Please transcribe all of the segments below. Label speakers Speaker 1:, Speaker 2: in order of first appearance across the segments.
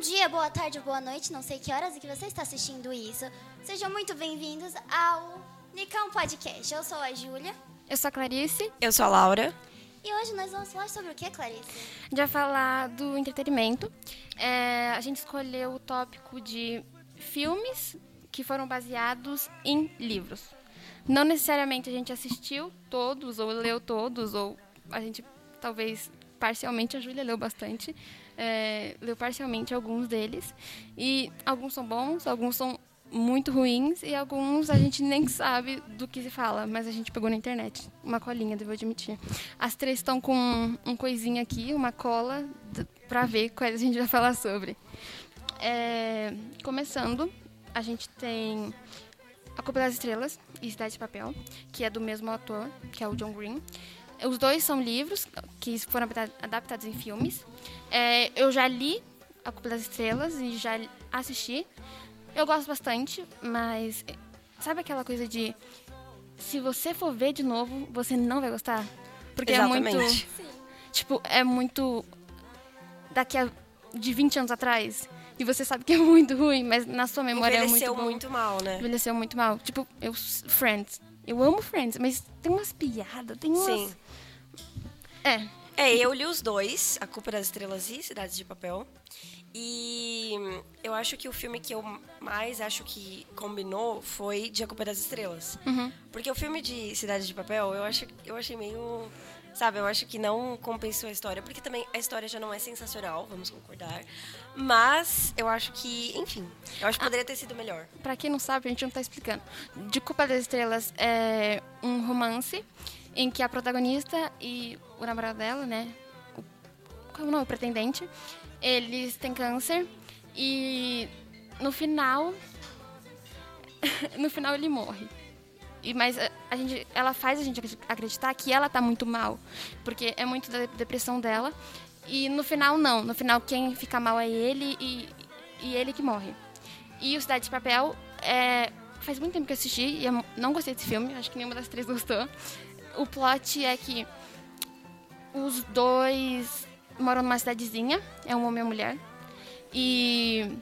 Speaker 1: dia, boa tarde, boa noite, não sei que horas que você está assistindo isso. Sejam muito bem-vindos ao Nicão Podcast. Eu sou a Júlia
Speaker 2: Eu sou a Clarice,
Speaker 3: Eu sou a Laura.
Speaker 1: e hoje nós vamos falar sobre o que, Clarice?
Speaker 2: a gente vai falar do entretenimento. É, a gente escolheu o tópico de filmes que foram baseados em livros. Não necessariamente a gente assistiu todos, ou leu todos, ou a gente talvez parcialmente, a Júlia leu bastante, é, leu parcialmente alguns deles. E alguns são bons, alguns são muito ruins, e alguns a gente nem sabe do que se fala, mas a gente pegou na internet. Uma colinha, devo admitir. As três estão com um, um coisinho aqui, uma cola, d- pra ver quais a gente vai falar sobre. É, começando, a gente tem A Copa das Estrelas e Cidade de Papel, que é do mesmo autor, que é o John Green. Os dois são livros que foram adapta- adaptados em filmes. É, eu já li A Copa das Estrelas e já assisti. Eu gosto bastante, mas eh, sabe aquela coisa de se você for ver de novo, você não vai gostar? Porque é muito.
Speaker 3: Exatamente.
Speaker 2: Tipo, é muito. Daqui a. de 20 anos atrás. E você sabe que é muito ruim, mas na sua memória é
Speaker 3: Envelheceu
Speaker 2: muito, bom.
Speaker 3: muito, mal, né?
Speaker 2: Envelheceu muito mal. Tipo, eu. Friends. Eu amo Friends, mas tem umas piadas, tem umas.
Speaker 3: Sim.
Speaker 2: É.
Speaker 3: É, eu li os dois, A Culpa das Estrelas e Cidades de Papel. E eu acho que o filme que eu mais acho que combinou foi de A Culpa das Estrelas.
Speaker 2: Uhum.
Speaker 3: Porque o filme de Cidades de Papel, eu acho eu achei meio, sabe, eu acho que não compensou a história, porque também a história já não é sensacional, vamos concordar. Mas eu acho que, enfim, eu
Speaker 2: Ah.
Speaker 3: acho que poderia ter sido melhor.
Speaker 2: Pra quem não sabe, a gente não tá explicando. De Culpa das Estrelas é um romance em que a protagonista e o namorado dela, né? o- Qual é o nome? O pretendente. Eles têm câncer e no final. no final ele morre. E, mas a, a gente, ela faz a gente acre- acreditar que ela tá muito mal, porque é muito da depressão dela. E no final, não. No final, quem fica mal é ele e, e ele que morre. E o Cidade de Papel, é, faz muito tempo que eu assisti e eu não gostei desse filme, acho que nenhuma das três gostou. O plot é que os dois moram numa cidadezinha, é um homem e uma mulher. E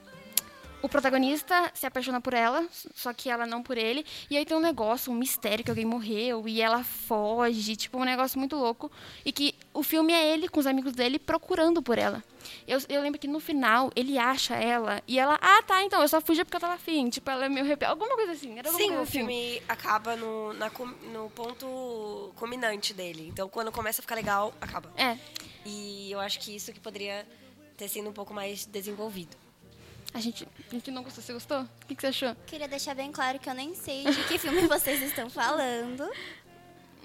Speaker 2: o protagonista se apaixona por ela, só que ela não por ele. E aí tem um negócio, um mistério que alguém morreu e ela foge, tipo um negócio muito louco. E que o filme é ele com os amigos dele procurando por ela. Eu, eu lembro que no final ele acha ela e ela, ah tá, então eu só fugi porque eu tava afim. Tipo, ela é meio rebelde, alguma coisa assim. Era alguma
Speaker 3: Sim,
Speaker 2: coisa
Speaker 3: o
Speaker 2: assim.
Speaker 3: filme acaba no, na com- no ponto culminante dele. Então, quando começa a ficar legal, acaba.
Speaker 2: É,
Speaker 3: E eu acho que isso que poderia ter sido um pouco mais desenvolvido.
Speaker 2: a gente, a gente não gostou, você gostou? O que, que você achou?
Speaker 1: Queria deixar bem claro que eu nem sei de que filme vocês estão falando.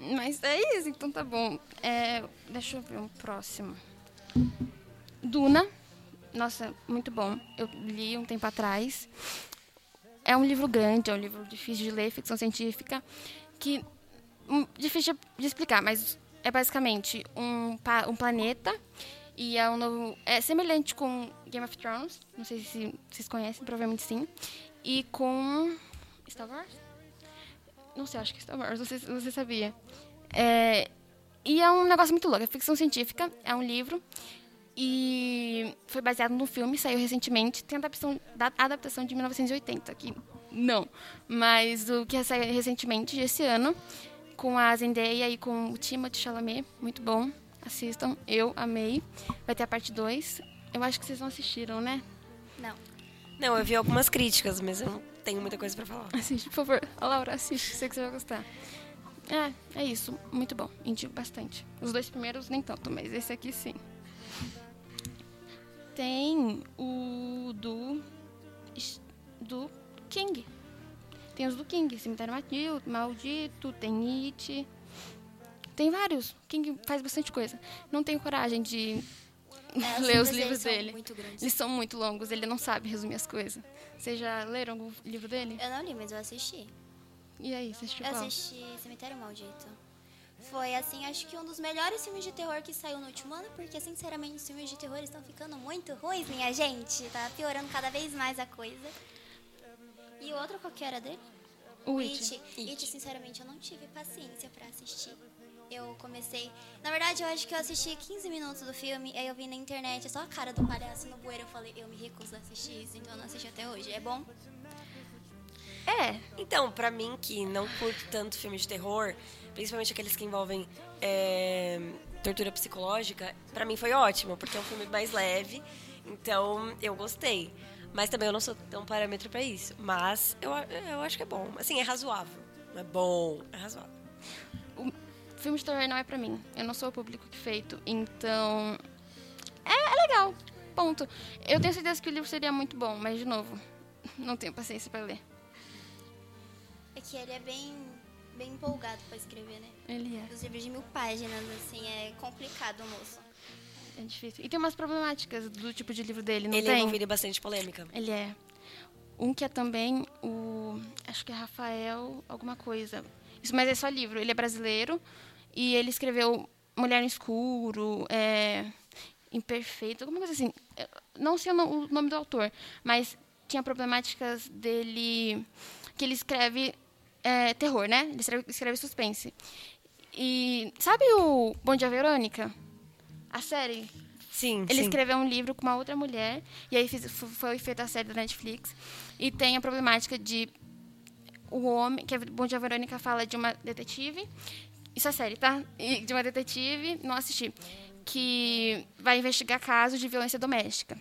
Speaker 2: Mas é isso, então tá bom. É, deixa eu ver um próximo. Duna. Nossa, muito bom. Eu li um tempo atrás. É um livro grande, é um livro difícil de ler, ficção científica, que hum, difícil de explicar, mas é basicamente um, pa- um planeta e é um novo, é semelhante com Game of Thrones, não sei se vocês conhecem, provavelmente sim, e com Star Wars. Não sei, acho que Star Wars, você, você sabia. É, e é um negócio muito louco, é ficção científica, é um livro. E foi baseado num filme, saiu recentemente. Tem adaptação, da- adaptação de 1980, que não. Mas o que saiu recentemente, esse ano, com a Zendaya e com o Timothée Chalamet, muito bom. Assistam, eu amei. Vai ter a parte 2. Eu acho que vocês não assistiram, né?
Speaker 1: Não.
Speaker 3: Não, eu vi algumas críticas, mas eu não tenho muita coisa pra falar.
Speaker 2: Assiste, Assim, por favor. Ó, Laura, assiste, sei que você vai gostar. É, é isso. Muito bom. Indico bastante. Os dois primeiros nem tanto, mas esse aqui sim. Tem o do. do King. Tem os do King, Cemitério Maldito, Maldito tem It. Tem vários. King faz bastante coisa. Não tenho coragem de
Speaker 1: É,
Speaker 2: ler os
Speaker 1: filmes
Speaker 2: livros
Speaker 1: são
Speaker 2: dele.
Speaker 1: muito grandes.
Speaker 2: Eles são muito longos, ele não sabe resumir as coisas. Vocês já leram algum livro dele?
Speaker 1: Eu não li, mas eu assisti.
Speaker 2: E aí, você assistiu
Speaker 1: Eu
Speaker 2: qual?
Speaker 1: assisti Cemitério Maldito. Foi, assim, acho que um dos melhores filmes de terror que saiu no último ano, porque, sinceramente, os filmes de terror estão ficando muito ruins, minha gente. Tá piorando cada vez mais a coisa. E o outro, qual que era dele?
Speaker 2: O
Speaker 1: It.
Speaker 2: It.
Speaker 1: It,
Speaker 3: It.
Speaker 1: sinceramente, eu não tive paciência pra assistir. eu comecei. Na verdade, eu acho que eu assisti 15 minutos do filme, aí eu vi na internet é só a cara do palhaço no bueiro. Eu falei, eu me recuso a assistir isso, então eu não assisti até hoje. É bom?
Speaker 2: É,
Speaker 3: Então, pra mim, que não curto tanto filme de terror, principalmente aqueles que envolvem é, tortura psicológica, pra mim foi ótimo, porque é um filme mais leve, então eu gostei. Mas também eu não sou tão parâmetro pra isso. Mas eu, a- eu acho que é bom. Assim, é razoável. Não é bom, é razoável.
Speaker 2: o filme de terror não é pra mim. Eu não sou o público que feito. Então. É, é legal. Ponto. Eu tenho certeza que o livro seria muito bom, mas, de novo, não tenho paciência pra ler.
Speaker 1: É que ele é bem, bem empolgado pra escrever, né?
Speaker 2: Ele é.
Speaker 1: Os livros de mil páginas, assim, é complicado, moço.
Speaker 2: É difícil. E tem umas problemáticas do tipo de livro dele, não
Speaker 3: Ele é
Speaker 2: tem?
Speaker 3: envolve bastante polêmica.
Speaker 2: Ele é. Um que é também o. Acho que é Rafael alguma coisa. Isso, mas é só livro. Ele é brasileiro e ele escreveu Mulher no Escuro, é, Imperfeito, alguma coisa assim. Eu Não sei o no- o nome do autor, mas tinha problemáticas dele. que ele escreve é, terror, né? Ele escreve, escreve suspense. E sabe o Bom Dia Verônica? A série
Speaker 3: Sim,
Speaker 2: ele escreveu um livro com uma outra mulher, e aí fiz- f- foi feita a série da Netflix. E tem a problemática de o homem, que a Bom Dia Verônica fala de uma detetive. Isso é série, tá? E de uma detetive, não assisti. Que vai investigar casos de violência doméstica.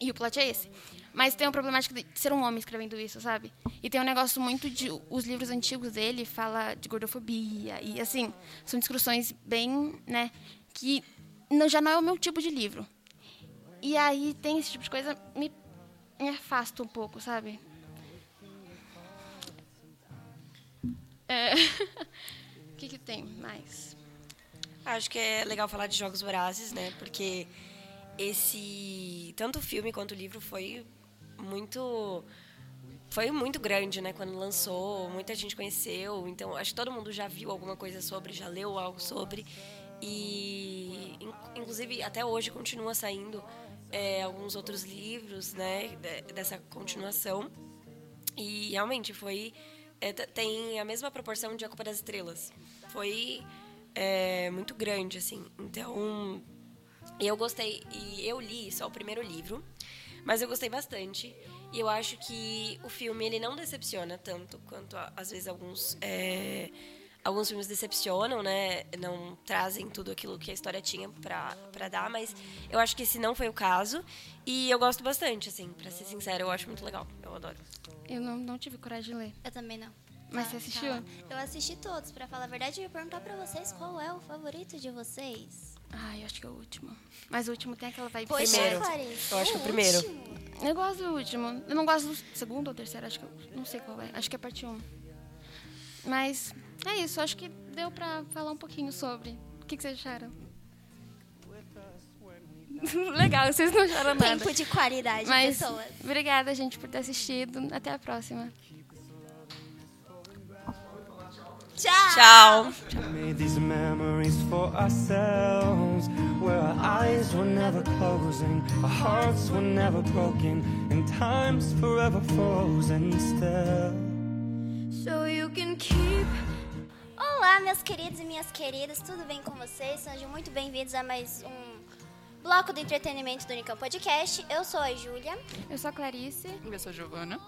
Speaker 2: E o plot é esse. Mas tem uma problemática de ser um homem escrevendo isso, sabe? E tem um negócio muito de. Os livros antigos dele fala de gordofobia. E, assim, são discussões bem, né? Que não, já não é o meu tipo de livro. E aí tem esse tipo de coisa, me, me afasta um pouco, sabe? É. O que, que tem mais?
Speaker 3: Acho que é legal falar de Jogos Vorazes, né? Porque esse tanto o filme quanto o livro foi muito foi muito grande, né? Quando lançou, muita gente conheceu, então acho que todo mundo já viu alguma coisa sobre, já leu algo sobre e in- inclusive até hoje continua saindo é, alguns outros livros, né? de- Dessa continuação e realmente foi. é, t- tem a mesma proporção de A Copa das Estrelas. Foi é, muito grande, assim. Então, eu gostei. E eu li só o primeiro livro, mas eu gostei bastante. E eu acho que o filme ele não decepciona tanto quanto, a- às vezes, alguns. é, Alguns filmes decepcionam, né? Não trazem tudo aquilo que a história tinha pra, pra dar, mas eu acho que esse não foi o caso. E eu gosto bastante, assim, pra ser sincera, eu acho muito legal. Eu adoro.
Speaker 2: Eu não, não tive coragem de ler.
Speaker 1: Eu também não. tá
Speaker 2: Mas você assistiu?
Speaker 1: Eu assisti todos, pra falar a verdade, eu ia perguntar pra vocês qual é o favorito de vocês.
Speaker 2: Ai, eu acho que é o último. Mas o último tem aquela vibe
Speaker 1: Poxa,
Speaker 3: Primeiro.
Speaker 1: Clarice,
Speaker 3: Eu acho que é o primeiro.
Speaker 1: último?
Speaker 2: Eu gosto do último. Eu não gosto do segundo ou terceiro, acho que eu não sei qual é. Acho que é parte 1. Mas é isso, acho que deu pra falar um pouquinho sobre. O que, que vocês acharam? Legal, vocês não acharam nada.
Speaker 1: Tempo de qualidade,
Speaker 2: Mas
Speaker 1: pessoas.
Speaker 2: obrigada, gente, por ter assistido. Até a próxima.
Speaker 1: Tchau!
Speaker 3: Tchau!
Speaker 4: made these memories for ourselves where our eyes were never closing our hearts were never broken and time's forever frozen still
Speaker 1: Olá, meus queridos e minhas queridas, tudo bem com vocês? Sejam muito bem-vindos a mais um bloco de entretenimento do Unicamp Podcast. Eu sou a Júlia,
Speaker 2: Eu sou a Clarice.
Speaker 5: Eu sou a Giovana.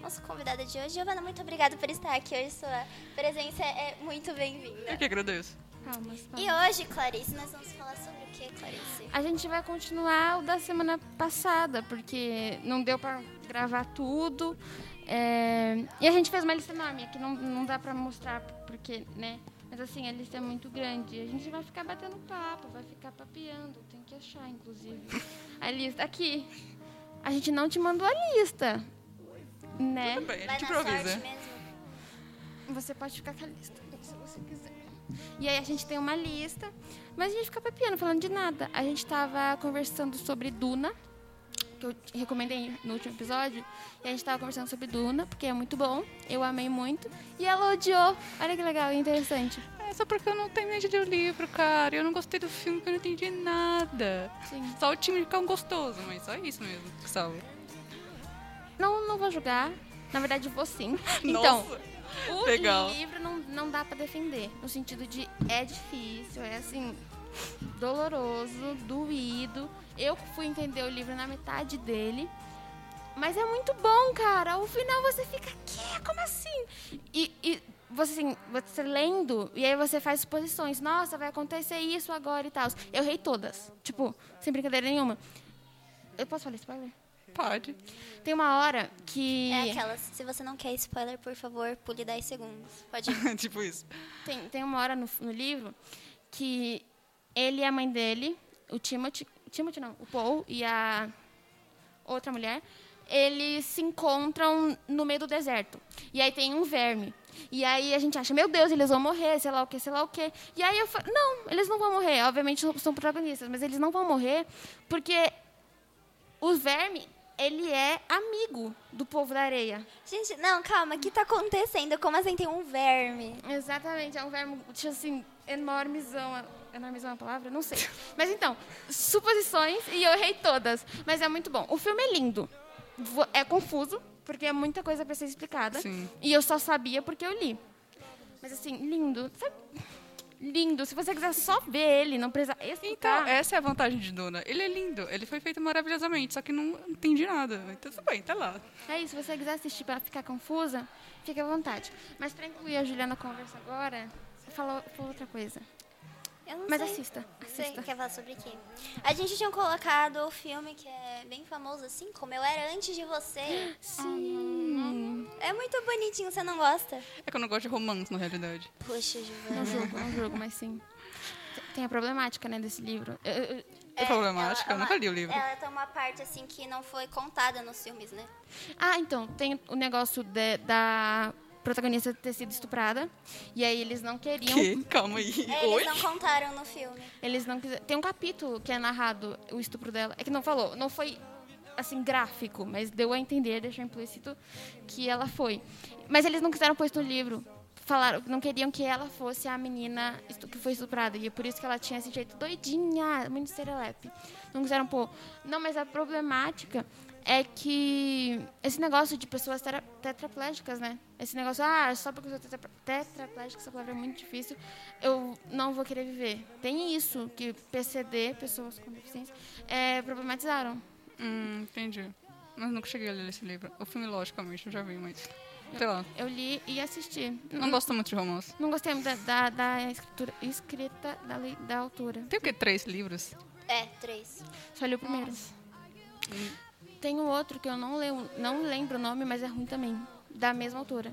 Speaker 1: nossa convidada de hoje. Giovana, muito obrigada por estar aqui hoje, sua presença é muito bem-vinda.
Speaker 5: Eu que agradeço.
Speaker 2: Calma, calma.
Speaker 1: E hoje, Clarice, nós vamos falar sobre o que, Clarice?
Speaker 2: A gente vai continuar o da semana passada, porque não deu pra gravar tudo. É, E a gente fez uma lista enorme, que não, não dá pra mostrar, porque, né? Mas assim, a lista é muito grande. A gente vai ficar batendo papo, vai ficar papeando. Tem que achar, inclusive. A lista. Aqui. A gente não te mandou a lista. Né?
Speaker 5: Tudo bem, a
Speaker 1: Vai
Speaker 5: gente
Speaker 1: na
Speaker 5: improvisa.
Speaker 1: sorte mesmo?
Speaker 2: Você pode ficar com a lista, se você quiser. E aí a gente tem uma lista, mas a gente fica papiando, falando de nada. A gente tava conversando sobre Duna, que eu te recomendei no último episódio. E a gente tava conversando sobre Duna, porque é muito bom. Eu amei muito. E ela odiou. Olha que legal e interessante.
Speaker 5: É só porque eu não terminei de ler o livro, cara. Eu não gostei do filme, porque eu não entendi nada.
Speaker 2: Sim.
Speaker 5: Só o time de cão gostoso, mas só isso mesmo que salva.
Speaker 2: Não, não vou julgar. Na verdade, vou sim. Então,
Speaker 5: Nossa.
Speaker 2: O
Speaker 5: Legal.
Speaker 2: livro não, não dá pra defender. No sentido de é difícil, é assim, doloroso, doído. Eu fui entender o livro na metade dele. Mas é muito bom, cara. Ao final você fica, quê? Como assim? E, e você, assim, você lendo, e aí você faz suposições. Nossa, vai acontecer isso agora e tal. Eu rei todas. Tipo, sem brincadeira nenhuma. Eu posso falar spoiler?
Speaker 5: Pode.
Speaker 2: Tem uma hora que...
Speaker 1: É aquelas, se você não quer spoiler, por favor, pule 10 segundos. Pode ir.
Speaker 5: tipo isso.
Speaker 2: Tem, tem uma hora no, no livro que ele e a mãe dele, o Timothy, Timothy não, o Paul e a outra mulher, eles se encontram no meio do deserto. E aí tem um verme. E aí a gente acha, meu Deus, eles vão morrer, sei lá o quê, sei lá o quê. E aí eu falo, não, eles não vão morrer. Obviamente são protagonistas, mas eles não vão morrer porque o verme, ele é amigo do povo da areia.
Speaker 1: Gente, não, calma, o que tá acontecendo? Como assim tem um verme?
Speaker 2: Exatamente, é um verbo, tipo assim, enormezão. Enormezão é a palavra? Não sei. Mas então, suposições, e eu errei todas. Mas é muito bom. O filme é lindo. Vo- É confuso, porque é muita coisa pra ser explicada.
Speaker 5: Sim.
Speaker 2: E eu só sabia porque eu li. Mas assim, lindo. Sabe? Lindo. Se você quiser só ver ele, não precisa
Speaker 5: Então,
Speaker 1: Tá.
Speaker 2: explicar.
Speaker 5: essa é a vantagem de Duna. Ele é lindo, ele foi feito maravilhosamente, só que não entendi nada. Então tudo bem, tá lá.
Speaker 2: É isso, se você quiser assistir pra ficar confusa, fique à vontade. Mas pra incluir a Juliana na conversa agora, falou, falou outra coisa.
Speaker 1: Eu não
Speaker 2: Mas
Speaker 1: sei.
Speaker 2: assista,
Speaker 1: Não sei,
Speaker 2: assista.
Speaker 1: Quer falar sobre o quê? A gente tinha colocado o filme que é bem famoso assim, como eu era antes de você.
Speaker 2: Sim.
Speaker 1: É muito bonitinho, você não gosta?
Speaker 5: É que eu não gosto de romance, na realidade.
Speaker 1: Poxa,
Speaker 2: Não
Speaker 1: Giovana.
Speaker 2: um jogo, não jogo, mas sim. Tem a problemática, né, desse livro. Eu- eu- eu-
Speaker 5: É problemática, eu
Speaker 1: ela-
Speaker 5: nunca li o livro.
Speaker 1: Ela tem uma parte assim que não foi contada nos filmes, né?
Speaker 2: Ah, então, tem o negócio de- da protagonista ter sido estuprada. E aí eles não queriam.
Speaker 5: Que? Calma aí.
Speaker 1: É,
Speaker 5: Oi?
Speaker 1: eles não contaram no filme.
Speaker 2: Eles não quiser- Tem um capítulo que é narrado o estupro dela. É que não falou, não foi assim gráfico, mas deu a entender, deixou implícito que ela foi. Mas eles não quiseram pôr isso no livro. Falaram, não queriam que ela fosse a menina estu- que foi estuprada. E é por isso que ela tinha esse jeito doidinha, muito serelepe. Não quiseram pôr. Não, mas a problemática é que esse negócio de pessoas tera- tetraplégicas, né? Esse negócio, ah, só porque eu sou tetra- tetraplégica, essa palavra é muito difícil, eu não vou querer viver. Tem isso que PCD, pessoas com deficiência, é, problematizaram.
Speaker 5: Hum, entendi. Mas nunca cheguei a ler esse livro. O filme, logicamente, eu já vi, mas. Sei lá.
Speaker 2: Eu li e assisti.
Speaker 5: Não
Speaker 2: Não,
Speaker 5: gosto muito de romance.
Speaker 2: não gostei muito da, da, da escritura, escrita da, lei- da autora.
Speaker 5: Tem o quê? Três livros?
Speaker 1: É, três.
Speaker 2: Só li o primeiro. Tem um outro que eu não, leu, não lembro o nome, mas é ruim também. Da mesma autora.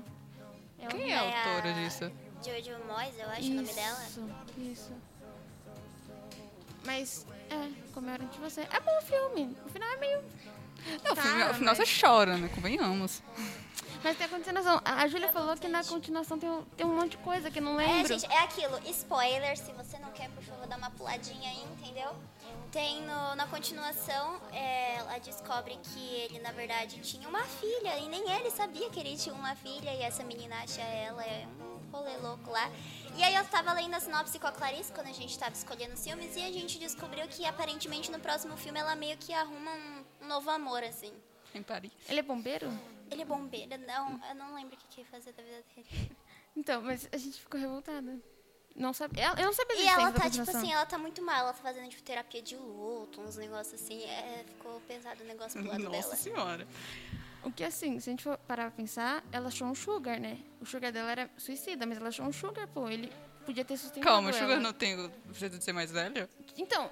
Speaker 5: Quem é a
Speaker 1: É a-
Speaker 5: autora disso?
Speaker 1: Jojo Moyes, eu acho
Speaker 2: isso,
Speaker 1: o nome dela.
Speaker 2: Isso. Mas, é, como eu era de você. É bom o filme. O final é meio.
Speaker 5: Não, é
Speaker 2: Tá,
Speaker 5: afinal, afinal
Speaker 2: mas-
Speaker 5: você chora, né? Convenhamos.
Speaker 2: Mas tem a continuação. A a Júlia falou que na continuação tem, um- tem um monte de coisa que eu não
Speaker 1: É,
Speaker 2: lembro.
Speaker 1: gente, é aquilo. Spoiler, se você não quer, por favor, dá uma puladinha aí, entendeu? Tem no- na continuação, é, ela descobre que ele, na verdade, tinha uma filha. E nem ele sabia que ele tinha uma filha. E essa menina acha ela, é um rolê louco lá. E aí eu tava lendo a sinopse com a Clarice, quando a gente tava escolhendo os filmes. E a gente descobriu que, aparentemente, no próximo filme, ela meio que arruma um, um novo amor, assim.
Speaker 5: Em Paris.
Speaker 2: Ele é bombeiro?
Speaker 1: Ele é bombeiro, não, eu não lembro o que que ele fazia da vida dele.
Speaker 2: Então, mas a gente ficou revoltada. Não sabe, ela- eu não sabia da
Speaker 1: E ela
Speaker 2: existência da
Speaker 1: tá, tipo
Speaker 2: continuação.
Speaker 1: assim, ela tá muito mal, ela tá fazendo, tipo, terapia de luto, uns negócios assim, é, ficou pesado o negócio pro lado
Speaker 5: Nossa
Speaker 1: dela.
Speaker 5: senhora.
Speaker 2: O que assim, se a gente for parar pra pensar, ela achou um sugar, né? O sugar dela era suicida, mas ela achou um sugar, pô. Ele podia ter sustentado
Speaker 5: Calma, o
Speaker 2: ela.
Speaker 5: Sugar não tem. o- Precisa de ser mais velho?
Speaker 2: Então,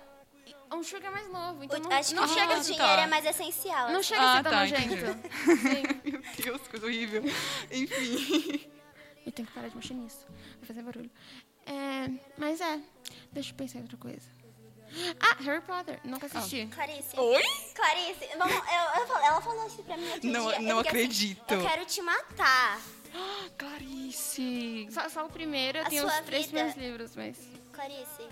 Speaker 2: é um sugar mais novo. Então
Speaker 1: O-
Speaker 2: não,
Speaker 1: acho que
Speaker 2: não
Speaker 1: o
Speaker 2: chega,
Speaker 1: dinheiro
Speaker 5: chega-
Speaker 1: é
Speaker 5: tá.
Speaker 1: mais essencial.
Speaker 2: não
Speaker 1: assim.
Speaker 2: chega a ser
Speaker 5: Ah,
Speaker 2: tão
Speaker 5: tá,
Speaker 2: nojento. Sim.
Speaker 5: Meu Deus, coisa horrível. Enfim.
Speaker 2: Eu tenho que parar de mexer nisso. Vai fazer barulho. É, mas é. Deixa eu pensar em outra coisa. Ah, Harry Potter. Nunca
Speaker 5: Ah.
Speaker 2: assisti.
Speaker 1: Clarice.
Speaker 5: Oi?
Speaker 1: Clarice, vamos, eu- eu falo- ela falou isso pra mim outro
Speaker 5: Não-
Speaker 1: dia, eu
Speaker 5: não
Speaker 1: fiquei assim,
Speaker 5: acredito.
Speaker 1: eu quero te matar.
Speaker 5: Clarice.
Speaker 2: Só, só o primeiro, eu
Speaker 1: A
Speaker 2: tenho os
Speaker 1: sua
Speaker 2: três
Speaker 1: vida.
Speaker 2: primeiros livros, mas.
Speaker 1: Clarice,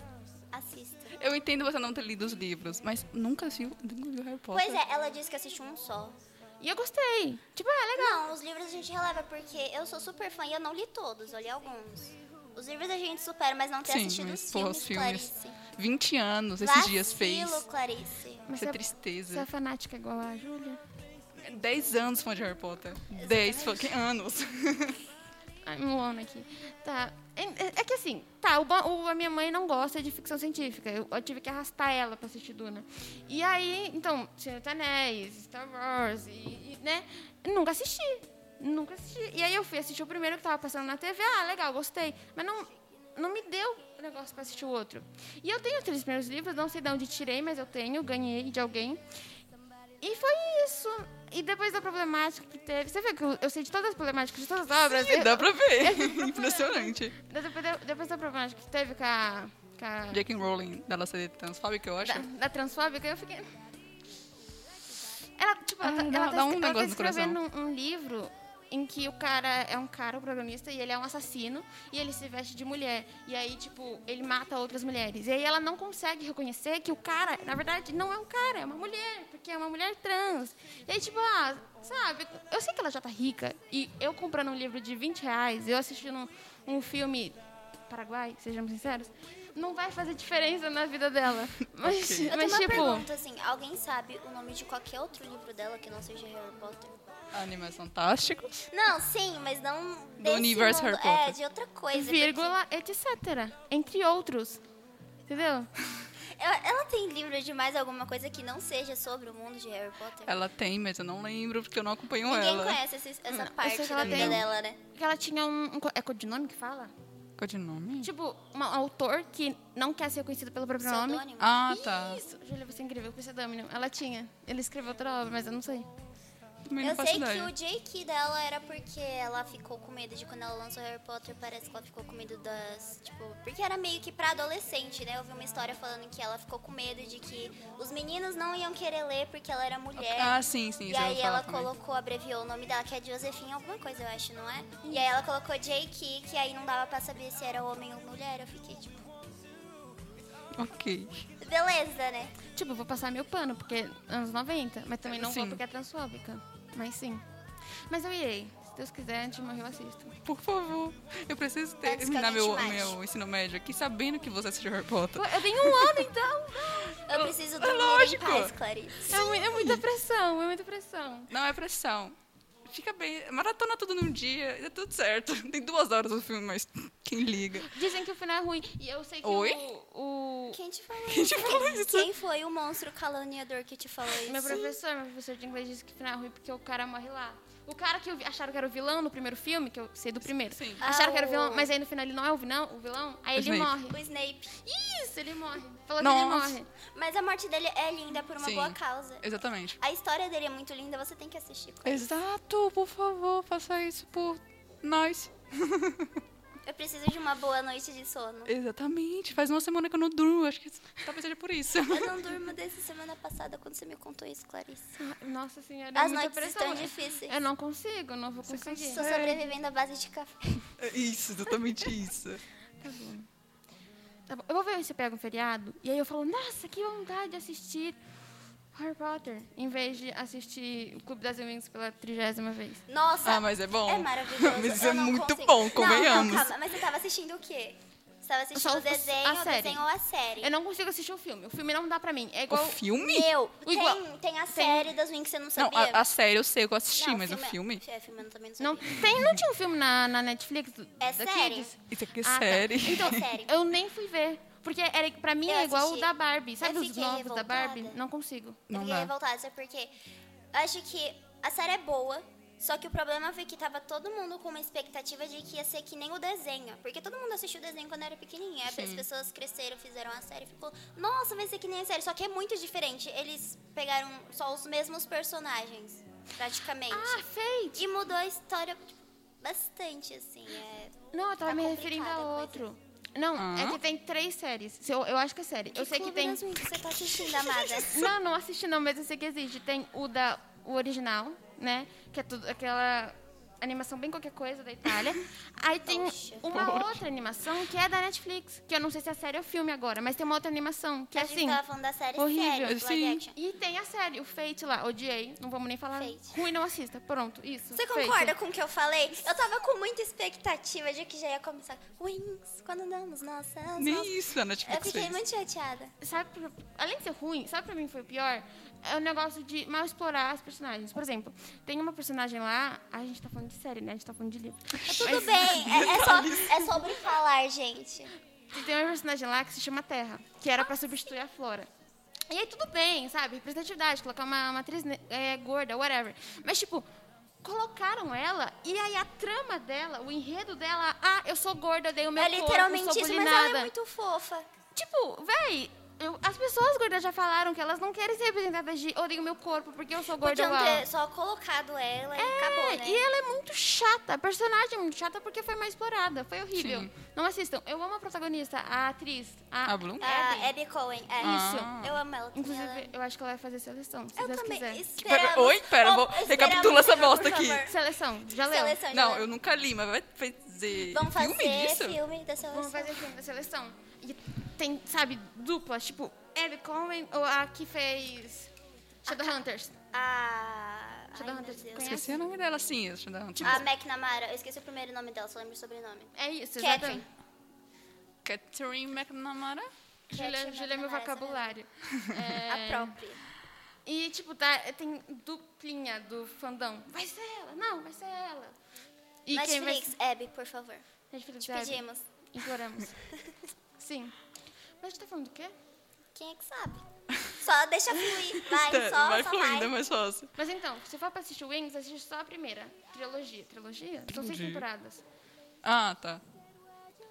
Speaker 1: assista.
Speaker 5: Eu entendo você não ter lido os livros, mas nunca viu, nunca viu Harry Potter.
Speaker 1: Pois é, ela disse que assistiu um só.
Speaker 2: E eu gostei. Tipo, é legal.
Speaker 1: Não, os livros a gente releva porque eu sou super fã e eu não li todos, eu li alguns. Os livros a gente supera, mas não ter
Speaker 5: Sim,
Speaker 1: assistido
Speaker 5: mas,
Speaker 1: os
Speaker 5: porra,
Speaker 1: filmes,
Speaker 5: os filmes.
Speaker 1: Clarice.
Speaker 5: 20 anos esses dias fez.
Speaker 1: Vacilo, Clarice.
Speaker 2: Mas
Speaker 5: Isso é
Speaker 2: você- Você é
Speaker 5: tristeza.
Speaker 2: fanática igual a Júlia?
Speaker 5: 10 anos fã de Harry Potter. 10 fucking anos.
Speaker 2: I'm alone aqui. Tá. É, é- é que assim, tá, o, ba- o- a minha mãe não gosta de ficção científica. Eu, eu tive que arrastar ela pra assistir Duna. E aí, então, Senhor dos Anéis, Star Wars, e, e, né? Nunca assisti. Nunca assisti. E aí eu fui assistir o primeiro que tava passando na TV. Ah, legal, gostei. Mas não, não me deu o negócio pra assistir o outro. E eu tenho os três primeiros livros, não sei de onde tirei, mas eu tenho, ganhei de alguém. E foi isso. E depois da problemática que teve. Você vê que eu, eu sei de todas as problemáticas de todas as obras.
Speaker 5: Sim,
Speaker 2: eu-
Speaker 5: dá pra
Speaker 1: É
Speaker 5: ver. Impressionante.
Speaker 2: depois, da- depois da problemática que teve com a. Com a
Speaker 5: J.K. Rowling, da LCD transfóbica, eu acho.
Speaker 2: da, da transfóbica, eu fiquei. Ela, tipo, ela,
Speaker 5: Ah,
Speaker 2: tá-
Speaker 5: dá-
Speaker 2: ela tá,
Speaker 5: dá
Speaker 2: escre-
Speaker 5: um
Speaker 2: ela tá
Speaker 5: negócio no coração.
Speaker 2: escrevendo um, um livro em que o cara é um cara, o protagonista, e ele é um assassino, e ele se veste de mulher. E aí, tipo, ele mata outras mulheres. E aí ela não consegue reconhecer que o cara, na verdade, não é um cara, é uma mulher, porque é uma mulher trans. E aí, tipo, ah, sabe, eu sei que ela já tá rica, e eu comprando um livro de 20 reais, eu assistindo um, um filme paraguai, sejamos sinceros, não vai fazer diferença na vida dela. Mas,
Speaker 5: Ok.
Speaker 1: Eu
Speaker 2: mas
Speaker 1: tenho uma
Speaker 2: tipo,
Speaker 1: pergunta, assim, alguém sabe o nome de qualquer outro livro dela que não seja Harry Potter?
Speaker 5: Animais fantásticos.
Speaker 1: Não, sim, mas não desse
Speaker 5: universo
Speaker 1: mundo.
Speaker 5: Harry Potter.
Speaker 1: É, de outra coisa.
Speaker 2: vírgula, etc. Entre outros. Entendeu?
Speaker 1: porque Ela, ela tem livro de mais alguma coisa que não seja sobre o mundo de Harry Potter?
Speaker 5: Ela tem, mas eu não lembro porque eu não acompanho
Speaker 1: Ninguém
Speaker 5: ela. é. Hum.
Speaker 1: conhece esse- essa
Speaker 2: eu sei
Speaker 1: parte
Speaker 2: que ela
Speaker 1: da vida
Speaker 2: tem.
Speaker 1: dela, né?
Speaker 2: Porque ela tinha um, um co- É codinome que fala?
Speaker 5: Qual de nome?
Speaker 2: Tipo, um autor que não quer ser conhecido pelo próprio nome.
Speaker 1: Pseudônimo.
Speaker 5: Ah, tá.
Speaker 2: Isso, Júlia, você é incrível, com esse domínio. Ela tinha. Ele escreveu outra obra, mas eu não sei.
Speaker 5: Também não
Speaker 1: Eu
Speaker 5: faço
Speaker 1: sei que
Speaker 5: ideia.
Speaker 1: o Jake dela era porque ela ficou com medo de quando ela lançou Harry Potter, parece que ela ficou com medo das. Tipo, porque era meio que pra adolescente, né? Eu vi uma história falando que ela ficou com medo de que os meninos não iam querer ler porque ela era mulher.
Speaker 5: Ah, sim, sim.
Speaker 1: E
Speaker 5: isso eu
Speaker 1: aí
Speaker 5: ia falar
Speaker 1: ela
Speaker 5: também.
Speaker 1: colocou, abreviou o nome dela, que é Josephine alguma coisa, eu acho, não é? E aí ela colocou J.K., que aí não dava pra saber se era homem ou mulher. Eu fiquei tipo,
Speaker 5: Ok.
Speaker 1: beleza, né?
Speaker 2: Tipo, vou passar meu pano, porque anos 90. Mas também não vou
Speaker 5: Sim.
Speaker 2: porque é transfóbica. Mas sim. Mas eu irei. Se Deus quiser, antes de morrer, eu assisto.
Speaker 5: Por favor. Eu preciso ter-
Speaker 1: Praticamente
Speaker 5: terminar meu,
Speaker 1: mais.
Speaker 5: meu ensino médio aqui sabendo que você assistiu Harry Potter.
Speaker 2: Eu tenho um ano, então!
Speaker 1: Eu preciso dormir
Speaker 5: é lógico.
Speaker 1: em paz, Clarice.
Speaker 2: É, mui- é muita pressão, é muita pressão.
Speaker 5: Não é pressão. Fica bem. Maratona tudo num dia, é tudo certo. Tem duas horas do filme, mas quem liga?
Speaker 2: Dizem que o final é ruim. E eu sei que
Speaker 5: Oi?
Speaker 2: o. o...
Speaker 1: Quem te falou
Speaker 5: Quem te falou isso?
Speaker 1: Quem foi o monstro caluniador que te falou isso?
Speaker 2: Meu professor, meu professor de inglês disse que o final é ruim porque o cara morre lá. O cara que eu vi- acharam que era o vilão no primeiro filme, que eu sei do primeiro.
Speaker 5: Sim.
Speaker 2: Acharam
Speaker 1: Ah,
Speaker 2: que era o vilão,
Speaker 1: o-
Speaker 2: mas aí no final ele não é o vilão, o vilão, aí
Speaker 5: O
Speaker 2: ele
Speaker 5: Snape.
Speaker 1: O
Speaker 2: morre.
Speaker 1: Snape.
Speaker 2: Isso, ele morre. Falou
Speaker 5: Nossa.
Speaker 2: que ele morre.
Speaker 1: Mas a morte dele é linda por uma
Speaker 5: Sim.
Speaker 1: boa causa.
Speaker 5: Exatamente.
Speaker 1: A história dele é muito linda, você tem que assistir.
Speaker 5: Exato, por favor, faça isso por nós.
Speaker 1: Eu preciso de uma boa noite de sono.
Speaker 5: Exatamente. Faz uma semana que eu não durmo, acho que talvez seja por isso.
Speaker 1: Eu não durmo desde semana passada quando você me contou isso, Clarice.
Speaker 2: Nossa senhora, é
Speaker 1: As
Speaker 2: muita
Speaker 1: noites
Speaker 2: pressão.
Speaker 1: estão difíceis.
Speaker 2: Eu não consigo, eu não vou conseguir.
Speaker 1: Estou sobrevivendo à base de café.
Speaker 5: É Isso, exatamente isso.
Speaker 2: Tá bom, Eu vou ver se eu pego um feriado. E aí eu falo, nossa, que vontade de assistir Harry Potter. Em vez de assistir o Clube das Wings pela trigésima vez.
Speaker 1: Nossa!
Speaker 5: Ah, mas é bom.
Speaker 1: É maravilhoso.
Speaker 5: Mas isso
Speaker 1: eu
Speaker 5: é
Speaker 1: não
Speaker 5: muito
Speaker 1: consigo.
Speaker 5: bom,
Speaker 1: Não,
Speaker 5: convenhamos.
Speaker 1: Não, calma, mas você tava assistindo o quê? Você tava assistindo
Speaker 2: Só
Speaker 1: o
Speaker 2: o-
Speaker 1: desenho,
Speaker 2: a
Speaker 1: o
Speaker 2: série. É
Speaker 1: desenho ou a série?
Speaker 2: Eu não consigo assistir o filme. O filme não dá pra mim. É
Speaker 5: O
Speaker 2: igual.
Speaker 5: filme?
Speaker 1: Meu,
Speaker 2: O igual-
Speaker 1: tem, tem a série das Wings que você não
Speaker 5: Não,
Speaker 1: sabia.
Speaker 5: a, a série eu sei que eu assisti,
Speaker 1: Não,
Speaker 5: mas o filme.
Speaker 1: É, é filme eu também não sabia.
Speaker 2: Não, tem, não tinha um filme na, na Netflix? do-
Speaker 1: É
Speaker 2: da
Speaker 1: série.
Speaker 2: Kids?
Speaker 5: Isso aqui é
Speaker 2: Ah, tá.
Speaker 5: série.
Speaker 1: Então, série.
Speaker 2: Eu nem fui ver. Porque era, pra mim
Speaker 1: Eu
Speaker 2: é igual o
Speaker 1: assisti.
Speaker 2: da Barbie. Sabe
Speaker 1: Eu
Speaker 2: os
Speaker 1: fiquei
Speaker 2: novos da Barbie?
Speaker 1: revoltada.
Speaker 2: Não consigo.
Speaker 1: Eu
Speaker 5: Não
Speaker 1: fiquei
Speaker 5: dá.
Speaker 1: revoltada, sabe por quê? Eu acho que a série é boa, só que o problema foi que tava todo mundo com uma expectativa de que ia ser que nem o desenho. Porque todo mundo assistiu o desenho quando era pequenininho. Aí As pessoas cresceram, fizeram a série e ficou... Nossa, vai ser que nem a série. Só que é muito diferente. Eles pegaram só os mesmos personagens, praticamente.
Speaker 2: Ah, Fate!
Speaker 1: E mudou a história tipo, bastante, assim. É...
Speaker 2: Não, eu tava
Speaker 1: Tá
Speaker 2: me referindo
Speaker 1: complicada
Speaker 2: a
Speaker 1: a coisa.
Speaker 2: outro. Não, é
Speaker 5: Ah.
Speaker 2: que tem três séries. Se Eu, eu acho que é série. eu sei que
Speaker 1: Clube
Speaker 2: tem. assim,
Speaker 1: das Winx, Você tá assistindo, amada?
Speaker 2: Não, não assisti não, mas eu sei que existe. Tem o da o original, né? Que é tudo aquela animação bem qualquer coisa da Itália. Aí tem
Speaker 1: Poxa.
Speaker 2: uma outra animação que é da Netflix, que eu não sei se é série ou filme agora, mas tem uma outra animação que é
Speaker 1: a gente
Speaker 2: assim.
Speaker 1: tava falando da série
Speaker 2: horrível.
Speaker 1: série,
Speaker 5: Sim.
Speaker 1: live action.
Speaker 2: E tem a série, o Fate lá, odiei, não vamos nem falar.
Speaker 1: Fate.
Speaker 2: Ruim não assista, pronto, isso.
Speaker 1: Você
Speaker 2: Fate.
Speaker 1: concorda com o que eu falei? Eu tava com muita expectativa de que já ia começar. Wings, quando damos, nossa, nossa.
Speaker 5: Nem isso a
Speaker 1: Eu
Speaker 5: Netflix
Speaker 1: fiquei
Speaker 5: fez.
Speaker 1: muito chateada.
Speaker 2: Sabe, pro- além de ser ruim, sabe pra mim foi o pior? é o negócio de mal explorar as personagens. Por exemplo, tem uma personagem lá, a gente tá falando de série, né? A gente tá falando de livro.
Speaker 1: Tudo bem, é, é só- é sobre falar, gente.
Speaker 2: E tem uma personagem lá que se chama Terra, que era
Speaker 1: Ah,
Speaker 2: pra substituir a Flora. E aí tudo bem, sabe? Representatividade, colocar uma, uma atriz ne- é, gorda, whatever. Mas, tipo, colocaram ela e aí a trama dela, o enredo dela, ah, eu sou gorda, eu dei o meu
Speaker 1: É
Speaker 2: corpo,
Speaker 1: literalmente
Speaker 2: sou
Speaker 1: isso, mas ela é
Speaker 2: bulinada."
Speaker 1: muito fofa.
Speaker 2: Tipo, véi, eu- as pessoas gordas já falaram que elas não querem ser representadas de odeio meu corpo porque eu sou gorda.
Speaker 1: Podiam
Speaker 2: uau."
Speaker 1: ter só colocado ela e acabou, né?
Speaker 2: E ela é muito chata. A personagem é muito chata porque foi mais explorada. Foi horrível.
Speaker 5: Sim.
Speaker 2: Não assistam. Eu amo a protagonista, a atriz. A,
Speaker 5: A Ah, Bloom?
Speaker 2: Abby.
Speaker 1: A Abby Cohen, é.
Speaker 5: Isso.
Speaker 1: Eu amo ela. também,
Speaker 2: Ah. Inclusive,
Speaker 1: ela- é-
Speaker 2: eu acho que ela vai fazer seleção, se
Speaker 1: Eu
Speaker 2: Deus
Speaker 1: também.
Speaker 2: quiser.
Speaker 1: esperamos-
Speaker 5: Oi, pera,
Speaker 1: Oh,
Speaker 5: vou-
Speaker 1: esperamos,
Speaker 5: recapitula essa
Speaker 1: por
Speaker 5: bosta
Speaker 1: favor.
Speaker 5: aqui.
Speaker 2: Seleção, já leu?
Speaker 1: Seleção, já
Speaker 5: Não,
Speaker 1: leu.
Speaker 5: eu nunca li, mas vai fazer
Speaker 1: Vamos fazer
Speaker 5: filme disso?
Speaker 1: filme da seleção.
Speaker 2: Vamos fazer filme da seleção. E tem, sabe, duplas, tipo, Abby Cohen ou a que fez Shadowhunters.
Speaker 1: A...
Speaker 2: Deixa eu dar
Speaker 1: Ah, Ai,
Speaker 2: uma
Speaker 1: meu
Speaker 2: de-
Speaker 1: Deus.
Speaker 2: conhece?
Speaker 5: Esqueci o nome dela, sim. Deixa eu dar um... Tipo,
Speaker 1: A McNamara. Eu esqueci o primeiro nome dela, só lembro o sobrenome.
Speaker 2: É isso,
Speaker 1: Catherine.
Speaker 2: exatamente.
Speaker 5: Catherine McNamara?
Speaker 2: Julia,
Speaker 1: Catherine né?
Speaker 2: Julia é meu
Speaker 1: McNamara,
Speaker 2: vocabulário. É,
Speaker 1: A própria.
Speaker 2: E, tipo, tá, tem duplinha do fandom. Vai ser ela, não, vai ser ela. E quem vai
Speaker 1: Netflix, Tipo,
Speaker 2: ser?
Speaker 1: Abby, por favor.
Speaker 2: Netflix,
Speaker 1: Te
Speaker 2: Abby.
Speaker 1: pedimos.
Speaker 2: Imploramos. Sim. Mas a gente tá falando do quê?
Speaker 1: Quem é que sabe? Só deixa fluir. Vai,
Speaker 5: Tá,
Speaker 1: só,
Speaker 5: vai
Speaker 1: só
Speaker 5: fluindo, é
Speaker 1: vai.
Speaker 5: mais fácil.
Speaker 2: Mas então, se for pra assistir Wings, assiste só a primeira. Trilogia. Trilogia? São seis
Speaker 5: Trilogia.
Speaker 2: temporadas.
Speaker 5: Ah, tá.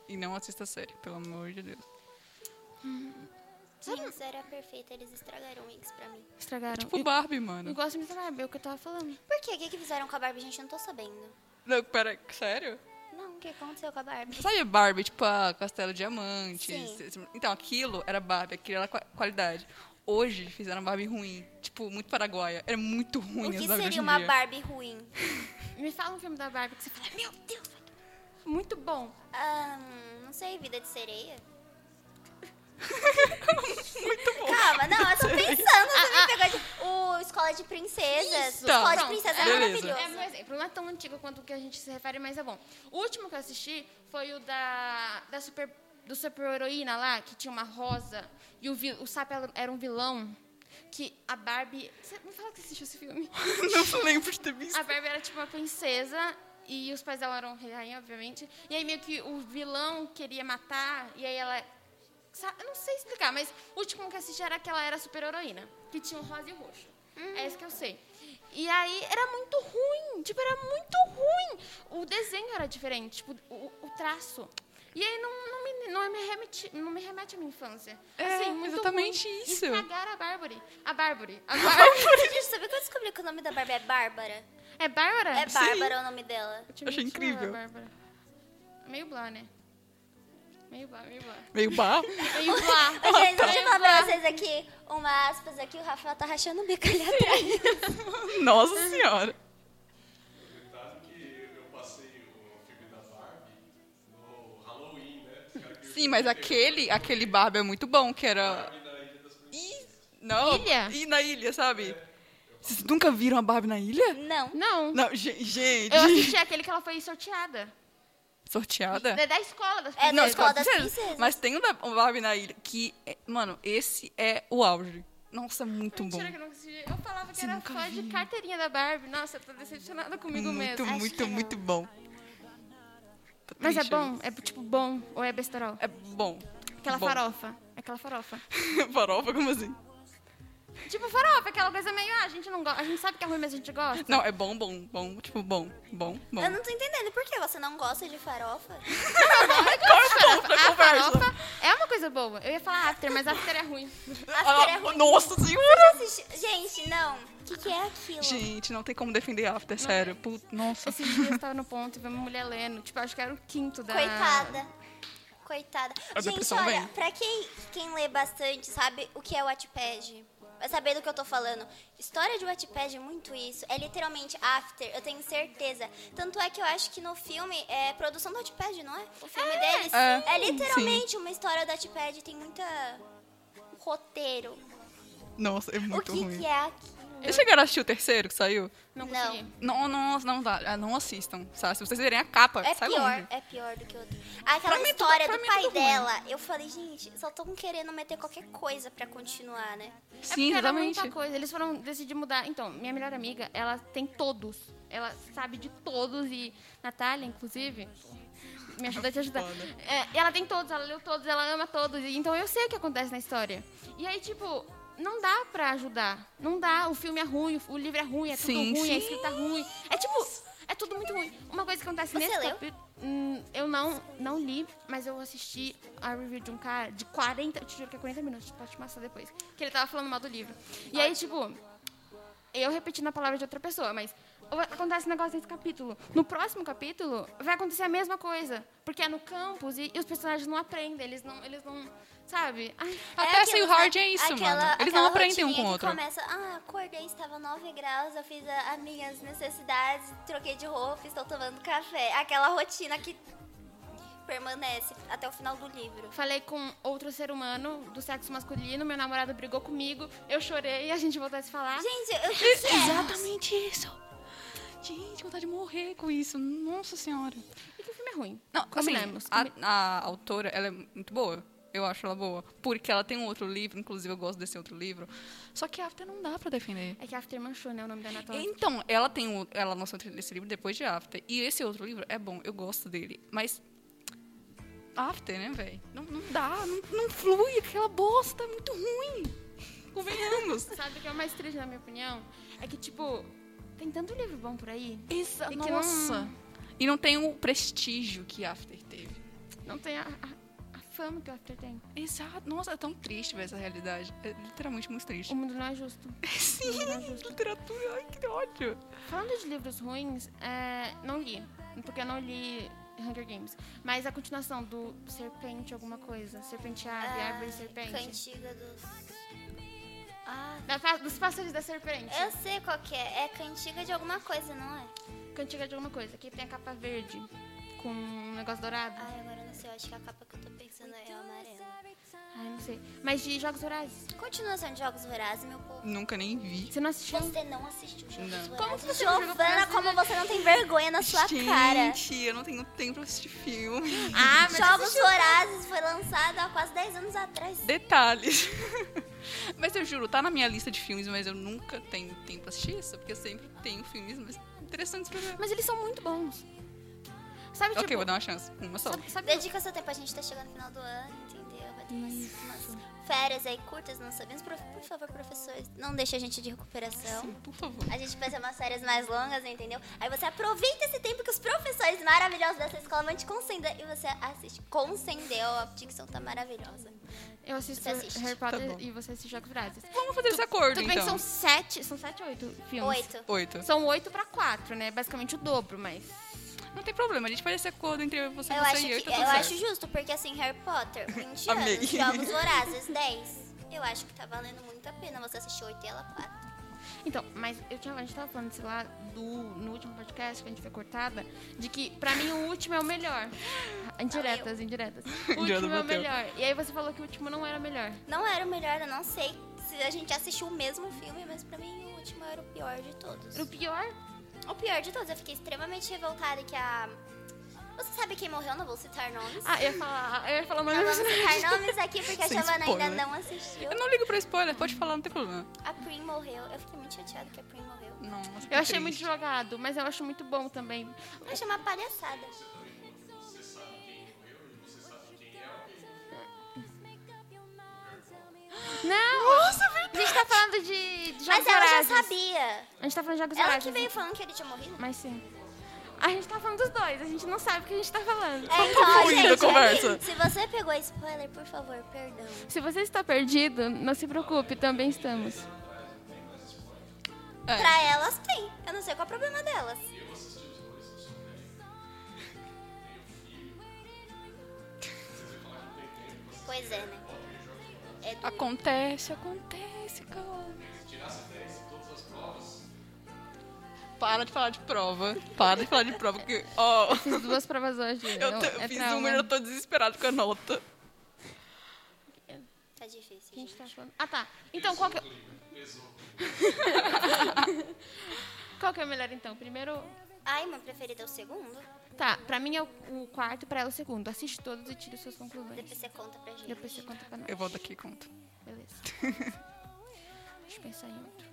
Speaker 5: E não assista a série, pelo amor de Deus.
Speaker 1: Wings era perfeita, eles estragaram Wings pra mim.
Speaker 2: Estragaram.
Speaker 5: Tipo Barbie, mano.
Speaker 2: Não gosto muito da Barbie, é o que eu tava falando.
Speaker 1: Por quê? O que, que fizeram com a Barbie, gente? Eu não tô sabendo.
Speaker 5: Não, pera, sério?
Speaker 1: Não, o que aconteceu com a Barbie?
Speaker 5: Sabe Barbie, tipo a Castelo Diamante?
Speaker 1: Sim.
Speaker 5: Então, aquilo era Barbie, aquilo era qua- qualidade. Hoje fizeram Barbie ruim, tipo, muito paraguaia. Era muito ruim
Speaker 1: O que
Speaker 5: as Barbie hoje
Speaker 1: seria
Speaker 5: em
Speaker 1: uma
Speaker 5: dia.
Speaker 1: Barbie ruim?
Speaker 2: Me fala um filme da Barbie que você fala,
Speaker 1: Meu Deus! vai-
Speaker 2: muito bom.
Speaker 1: Ahn, não sei, Vida de Sereia? Muito bom. Calma, não, eu tô pensando, você me pegou de... O Escola de Princesas. O
Speaker 5: Tá.
Speaker 1: Escola de
Speaker 5: Pronto,
Speaker 1: Princesas é
Speaker 5: beleza.
Speaker 2: É,
Speaker 1: maravilhoso.
Speaker 2: por exemplo, não é tão antigo quanto o que a gente se refere, mas é bom. O último que eu assisti foi o da, da super, do super heroína lá, que tinha uma rosa, e o, vi- o sapo era- era um vilão, que a Barbie... Você me fala que você assistiu esse filme.
Speaker 5: Não lembro de ter visto.
Speaker 2: A Barbie era tipo uma princesa e os pais dela eram rei e rainha, obviamente. E aí meio que o vilão queria matar e aí ela Sa- eu não sei explicar, mas o último que eu assisti era que ela era super heroína, que tinha um rosa e o roxo.
Speaker 5: Hum.
Speaker 2: É isso que eu sei. E aí era muito ruim, tipo, era muito ruim. O desenho era diferente, tipo, o, o traço. E aí não, não, me, não, me remete, não me remete à minha infância.
Speaker 5: É,
Speaker 2: assim, muito
Speaker 5: exatamente
Speaker 2: ruim.
Speaker 5: isso.
Speaker 2: Estragaram a Bárbara. A Bárbara. A Bárbara.
Speaker 1: Gente, sabia que eu descobri que o nome da Barbie é Bárbara?
Speaker 2: é Bárbara?
Speaker 1: É Bárbara o nome dela.
Speaker 2: Tinha
Speaker 5: Achei
Speaker 2: mentira,
Speaker 5: incrível.
Speaker 2: Bárbara. Meio blá, né? Meio blá, meio blá.
Speaker 5: Meio bar.
Speaker 2: Meio blá.
Speaker 1: Gente, deixa eu
Speaker 2: meio
Speaker 1: falar pra
Speaker 2: blá.
Speaker 1: vocês aqui uma aspas aqui, o Rafael tá rachando o bico ali atrás.
Speaker 5: Nossa senhora.
Speaker 6: Sabe que eu passei o filme da Barbie no Halloween, né? Os caras que
Speaker 5: Sim, mas aquele, aquele Barbie é muito bom, que era... Ih, Não.
Speaker 2: Ilha?
Speaker 5: E na ilha,
Speaker 6: É,
Speaker 5: sabe? Vocês nunca viram a Barbie na ilha?
Speaker 1: Não.
Speaker 2: Não.
Speaker 5: Não, ge- gente.
Speaker 2: Eu assisti aquele que ela foi sorteada.
Speaker 5: Sorteada?
Speaker 2: É da escola das
Speaker 1: É,
Speaker 2: pessoas.
Speaker 1: da
Speaker 5: Não,
Speaker 1: escola
Speaker 5: escola
Speaker 1: das
Speaker 5: de princesas.
Speaker 1: princesas.
Speaker 5: Mas tem um da um Barbie na ilha que, é- mano, esse é o auge. Nossa, muito bom.
Speaker 2: Mentira que eu não assisti. Eu falava que
Speaker 5: Você
Speaker 2: era
Speaker 5: nunca
Speaker 2: fã de
Speaker 5: viu.
Speaker 2: carteirinha da Barbie. Nossa, eu tô decepcionada comigo
Speaker 5: Muito,
Speaker 2: é mesmo.
Speaker 1: Acho que
Speaker 5: muito,
Speaker 1: não.
Speaker 5: muito bom. Tô
Speaker 2: Mas é
Speaker 5: triste, né?
Speaker 2: bom?
Speaker 5: gente.
Speaker 2: É tipo bom? Ou é besterol?
Speaker 5: É bom.
Speaker 2: Aquela
Speaker 5: bom.
Speaker 2: farofa. Aquela farofa.
Speaker 5: farofa, como assim?
Speaker 2: Tipo farofa, aquela coisa meio... Ah, a gente não gosta. A gente sabe que é ruim, mas a gente gosta.
Speaker 5: Não, é bom, bom, bom. Tipo, bom, bom, bom.
Speaker 1: Eu não tô entendendo por que você não gosta de farofa.
Speaker 2: A farofa é uma coisa boa. Eu ia falar after, mas after é ruim.
Speaker 1: After é
Speaker 5: Ah,
Speaker 1: ruim.
Speaker 5: nossa senhora!
Speaker 1: Assisti- Gente, não. O que, que é aquilo?
Speaker 5: Gente, não tem como defender After,
Speaker 1: é.
Speaker 5: sério. Put- nossa.
Speaker 2: Esses dias eu tava no ponto e vi uma mulher lendo. Tipo, acho que era o quinto da.
Speaker 1: Coitada. Coitada.
Speaker 5: A
Speaker 1: Gente,
Speaker 5: depressão
Speaker 1: olha,
Speaker 5: vem.
Speaker 1: pra quem, quem lê bastante, sabe o que é o Wattpad? Vai saber do que eu tô falando. História de Wattpad é muito isso. É literalmente after, eu tenho certeza. Tanto é que eu acho que no filme é produção do Wattpad, não é? O filme deles
Speaker 5: É.
Speaker 1: é literalmente uma história do Wattpad. Tem muita um roteiro.
Speaker 5: Nossa, é muito
Speaker 1: o que,
Speaker 5: ruim.
Speaker 1: que é aquilo?
Speaker 5: Vocês chegaram a assistir o terceiro que saiu?
Speaker 2: Não
Speaker 1: Não.
Speaker 2: consegui. É
Speaker 5: Não, não, não, dá. Ah, não assistam, sabe? Se vocês verem a capa,
Speaker 1: É
Speaker 5: sai
Speaker 1: pior,
Speaker 5: longe.
Speaker 1: é pior do que o outro. Aquela
Speaker 5: Pra mim, é tudo-
Speaker 1: história
Speaker 5: pra
Speaker 1: do
Speaker 5: mim,
Speaker 1: pai
Speaker 5: tudo ruim.
Speaker 1: dela, eu falei, gente, só tão querendo meter qualquer coisa pra continuar, né?
Speaker 5: Sim,
Speaker 2: Cara,
Speaker 5: exatamente.
Speaker 2: muita coisa. Eles foram decidir mudar. Então, minha melhor amiga, ela tem todos. Ela sabe de todos e Natália, inclusive, me ajudou a te ajudar. É, ela tem todos, ela leu todos, ela ama todos. e- Então eu sei o que acontece na história. E aí, tipo, não dá pra ajudar. Não dá. O filme é ruim, o livro é ruim, é tudo
Speaker 5: Sim,
Speaker 2: ruim, a
Speaker 5: sim.
Speaker 2: escrita é ruim. É tipo, é tudo muito ruim. Uma coisa que acontece
Speaker 1: Você
Speaker 2: nesse
Speaker 1: leu?
Speaker 2: capítulo. Hum, eu não, não li, mas eu assisti a review de um cara de 40, eu te juro que é 40 minutos, pode te mostrar depois, que ele tava falando mal do livro. E aí, tipo, eu repetindo a palavra de outra pessoa, mas o- acontece um negócio nesse capítulo. No próximo capítulo, vai acontecer a mesma coisa, porque é no campus e, e os personagens não aprendem, eles não, eles não, sabe? Ai,
Speaker 5: Até
Speaker 1: aquilo,
Speaker 5: Say
Speaker 1: né?
Speaker 5: Hard é isso,
Speaker 1: Aquela-
Speaker 5: mano. Eles
Speaker 1: aquela
Speaker 5: não aprendem um
Speaker 1: rotininha
Speaker 5: com o
Speaker 1: que
Speaker 5: outro.
Speaker 1: começa, ah, acordei, estava 9 graus, eu fiz a- as minhas necessidades, troquei de roupa, estou tomando café. Aquela rotina que permanece até o final do livro.
Speaker 2: Falei com outro ser humano do sexo masculino, meu namorado brigou comigo, eu chorei e a gente voltou a se falar.
Speaker 1: Gente, eu disse,
Speaker 5: Exatamente isso. Gente, vontade de morrer com isso. Nossa senhora.
Speaker 2: E que o filme é ruim.
Speaker 5: Não, assim,
Speaker 2: Combinamos.
Speaker 5: a, a autora, ela é muito boa. Eu acho ela boa. Porque ela tem um outro livro, inclusive eu gosto desse outro livro. Só que After não dá pra defender.
Speaker 2: É que After Manchou, né? O nome da Anatólica.
Speaker 5: Então, ela tem o, ela lançou esse livro depois de After. E esse outro livro é bom, eu gosto dele. Mas. After, né, velho? Não, não dá, não, não flui, aquela bosta, é muito ruim. Convenhamos.
Speaker 2: Sabe o que é o mais triste, na minha opinião? É que, tipo, tem tanto livro bom por aí.
Speaker 5: Exa
Speaker 2: E que
Speaker 5: nossa. hum. E não tem o prestígio que After teve.
Speaker 2: Não tem a, a- a fama que o After tem.
Speaker 5: Exato. Nossa, é tão triste ver essa realidade. É literalmente muito triste.
Speaker 2: O mundo não é justo.
Speaker 5: Sim, literatura, ai que ódio.
Speaker 2: Falando de livros ruins, é, não li. Porque eu não li Hunger Games. Mas a continuação do Serpente alguma coisa. Serpente
Speaker 5: Ah,
Speaker 2: Ave, Árvore e Ah, Serpente.
Speaker 1: cantiga dos... Ah,
Speaker 2: Da fa- dos pássaros da serpente.
Speaker 1: eu sei qual que é. É cantiga de alguma coisa, não é?
Speaker 2: Cantiga de alguma coisa. Aqui tem a capa verde. Com um negócio dourado.
Speaker 1: Ai, agora eu não sei, eu acho que a capa que eu tô pensando é amarela.
Speaker 2: Ai, não sei. Mas de Jogos Horazes.
Speaker 1: Continuação de Jogos Vorazes, meu povo.
Speaker 5: Nunca nem vi.
Speaker 2: Você não assistiu?
Speaker 1: Você não assistiu Jogos
Speaker 5: Não.
Speaker 1: Vorazes.
Speaker 2: Como que você não jogou
Speaker 1: Giovana,
Speaker 2: Vorazes?
Speaker 1: como você não tem vergonha na sua
Speaker 5: Gente,
Speaker 1: cara.
Speaker 5: eu não tenho tempo pra assistir filme.
Speaker 2: Ah,
Speaker 1: Jogos Vorazes foi lançado há quase 10 anos atrás.
Speaker 5: Detalhes. mas eu juro, tá na minha lista de filmes, mas eu nunca tenho tempo pra assistir isso, porque eu sempre tenho filmes mas interessantes pra ver.
Speaker 2: Mas eles são muito bons. Sabe, tipo...
Speaker 5: ok, vou dar uma chance. Uma só.
Speaker 2: Sabe, sabe-
Speaker 1: Dedica seu tempo, a gente tá chegando no final do ano, entendeu? Vai ter umas, umas férias aí curtas, não sabemos. Por, por favor, professores, não deixe a gente de recuperação.
Speaker 5: Sim, por favor.
Speaker 1: A gente faz umas férias mais longas, entendeu? Aí você aproveita esse tempo que os professores maravilhosos dessa escola vão te conceder e você assiste. Concendeu, a dicção tá maravilhosa.
Speaker 5: É
Speaker 2: Eu assisto
Speaker 1: Você assiste.
Speaker 2: Harry Potter
Speaker 5: Tá bom.
Speaker 2: e você assiste Jogos Vorazes.
Speaker 5: Vamos fazer esse acordo,
Speaker 2: Tudo bem que são
Speaker 5: então.
Speaker 2: sete... São sete ou oito filmes?
Speaker 1: Oito.
Speaker 5: Oito.
Speaker 2: São oito pra quatro, né? Basicamente o dobro, mas...
Speaker 5: Não tem problema, a gente faz esse acordo entre você,
Speaker 1: Eu
Speaker 5: você
Speaker 1: acho,
Speaker 5: e eu e
Speaker 1: que,
Speaker 5: tá
Speaker 1: eu
Speaker 5: tudo certo.
Speaker 1: acho justo, porque assim, Harry Potter, 20
Speaker 5: Amei.
Speaker 1: anos, Jogos Vorazes, 10. Eu acho que tá valendo muito a pena você assistir 8 e ela 4.
Speaker 2: Então, mas eu tinha, a gente tava falando, sei lá, do, no último podcast que a gente foi cortada, de que pra mim o último é o melhor. Indiretas, indiretas. O
Speaker 5: Indiana
Speaker 2: último é o
Speaker 5: bateu.
Speaker 2: melhor. E aí você falou que o último não era o melhor.
Speaker 1: Não era o melhor, eu não sei se a gente assistiu o mesmo filme, mas pra mim o último era o pior de todos.
Speaker 2: O pior?
Speaker 1: O pior de todos, eu fiquei extremamente revoltada que a... Você sabe quem morreu? Não vou citar nomes.
Speaker 2: Ah, eu ia falar, eu ia falar o nome
Speaker 1: Não
Speaker 2: do
Speaker 1: vamos
Speaker 2: personagem.
Speaker 1: citar nomes aqui porque a
Speaker 5: Sem
Speaker 1: Giovanna ainda
Speaker 5: spoiler.
Speaker 1: não assistiu.
Speaker 5: Eu não ligo pra spoiler, pode falar, não tem problema.
Speaker 1: A Prim morreu. Eu fiquei muito chateada que a Prim morreu.
Speaker 5: Nossa, que
Speaker 2: Eu achei
Speaker 5: triste.
Speaker 2: muito jogado, mas eu acho muito bom também.
Speaker 1: Eu achei é uma palhaçada.
Speaker 2: Não! Nossa, verdade! A gente tá falando de, de Jogos
Speaker 1: Mas ela já
Speaker 2: Vorazes.
Speaker 1: sabia.
Speaker 2: A gente tá falando de Jogos
Speaker 1: Ela
Speaker 2: Vorazes.
Speaker 1: que veio
Speaker 5: então.
Speaker 1: falando que ele tinha morrido.
Speaker 2: Mas sim. A gente tá falando dos dois, a gente não sabe o que a gente tá falando.
Speaker 1: É, então,
Speaker 5: fluindo a
Speaker 1: gente,
Speaker 5: conversa.
Speaker 1: se você pegou spoiler, por favor, perdão.
Speaker 2: Se você está perdido, não se preocupe, também estamos.
Speaker 5: É.
Speaker 1: Pra elas tem. Eu não sei qual é o problema delas. Pois é, né? É do...
Speaker 5: Acontece, acontece, cara. Para de falar de prova. Para de falar de prova, porque, ó,
Speaker 2: Fiz duas provas hoje.
Speaker 5: eu
Speaker 2: não-
Speaker 5: te-
Speaker 2: é
Speaker 5: fiz
Speaker 2: trauma.
Speaker 5: uma e eu tô desesperado com a nota.
Speaker 1: Tá difícil,
Speaker 2: A gente
Speaker 1: gente.
Speaker 2: tá falando- Ah, tá. Então, qual que... Qual que é o melhor, então? Primeiro...
Speaker 1: Ai, meu preferido é o segundo.
Speaker 2: Tá, pra mim é o, o quarto, pra ela é o segundo. Assiste todos e tire suas conclusões.
Speaker 1: Depois você conta pra gente.
Speaker 2: Depois você conta pra nós.
Speaker 5: Eu volto aqui e conto.
Speaker 2: Beleza. Deixa eu pensar em outro.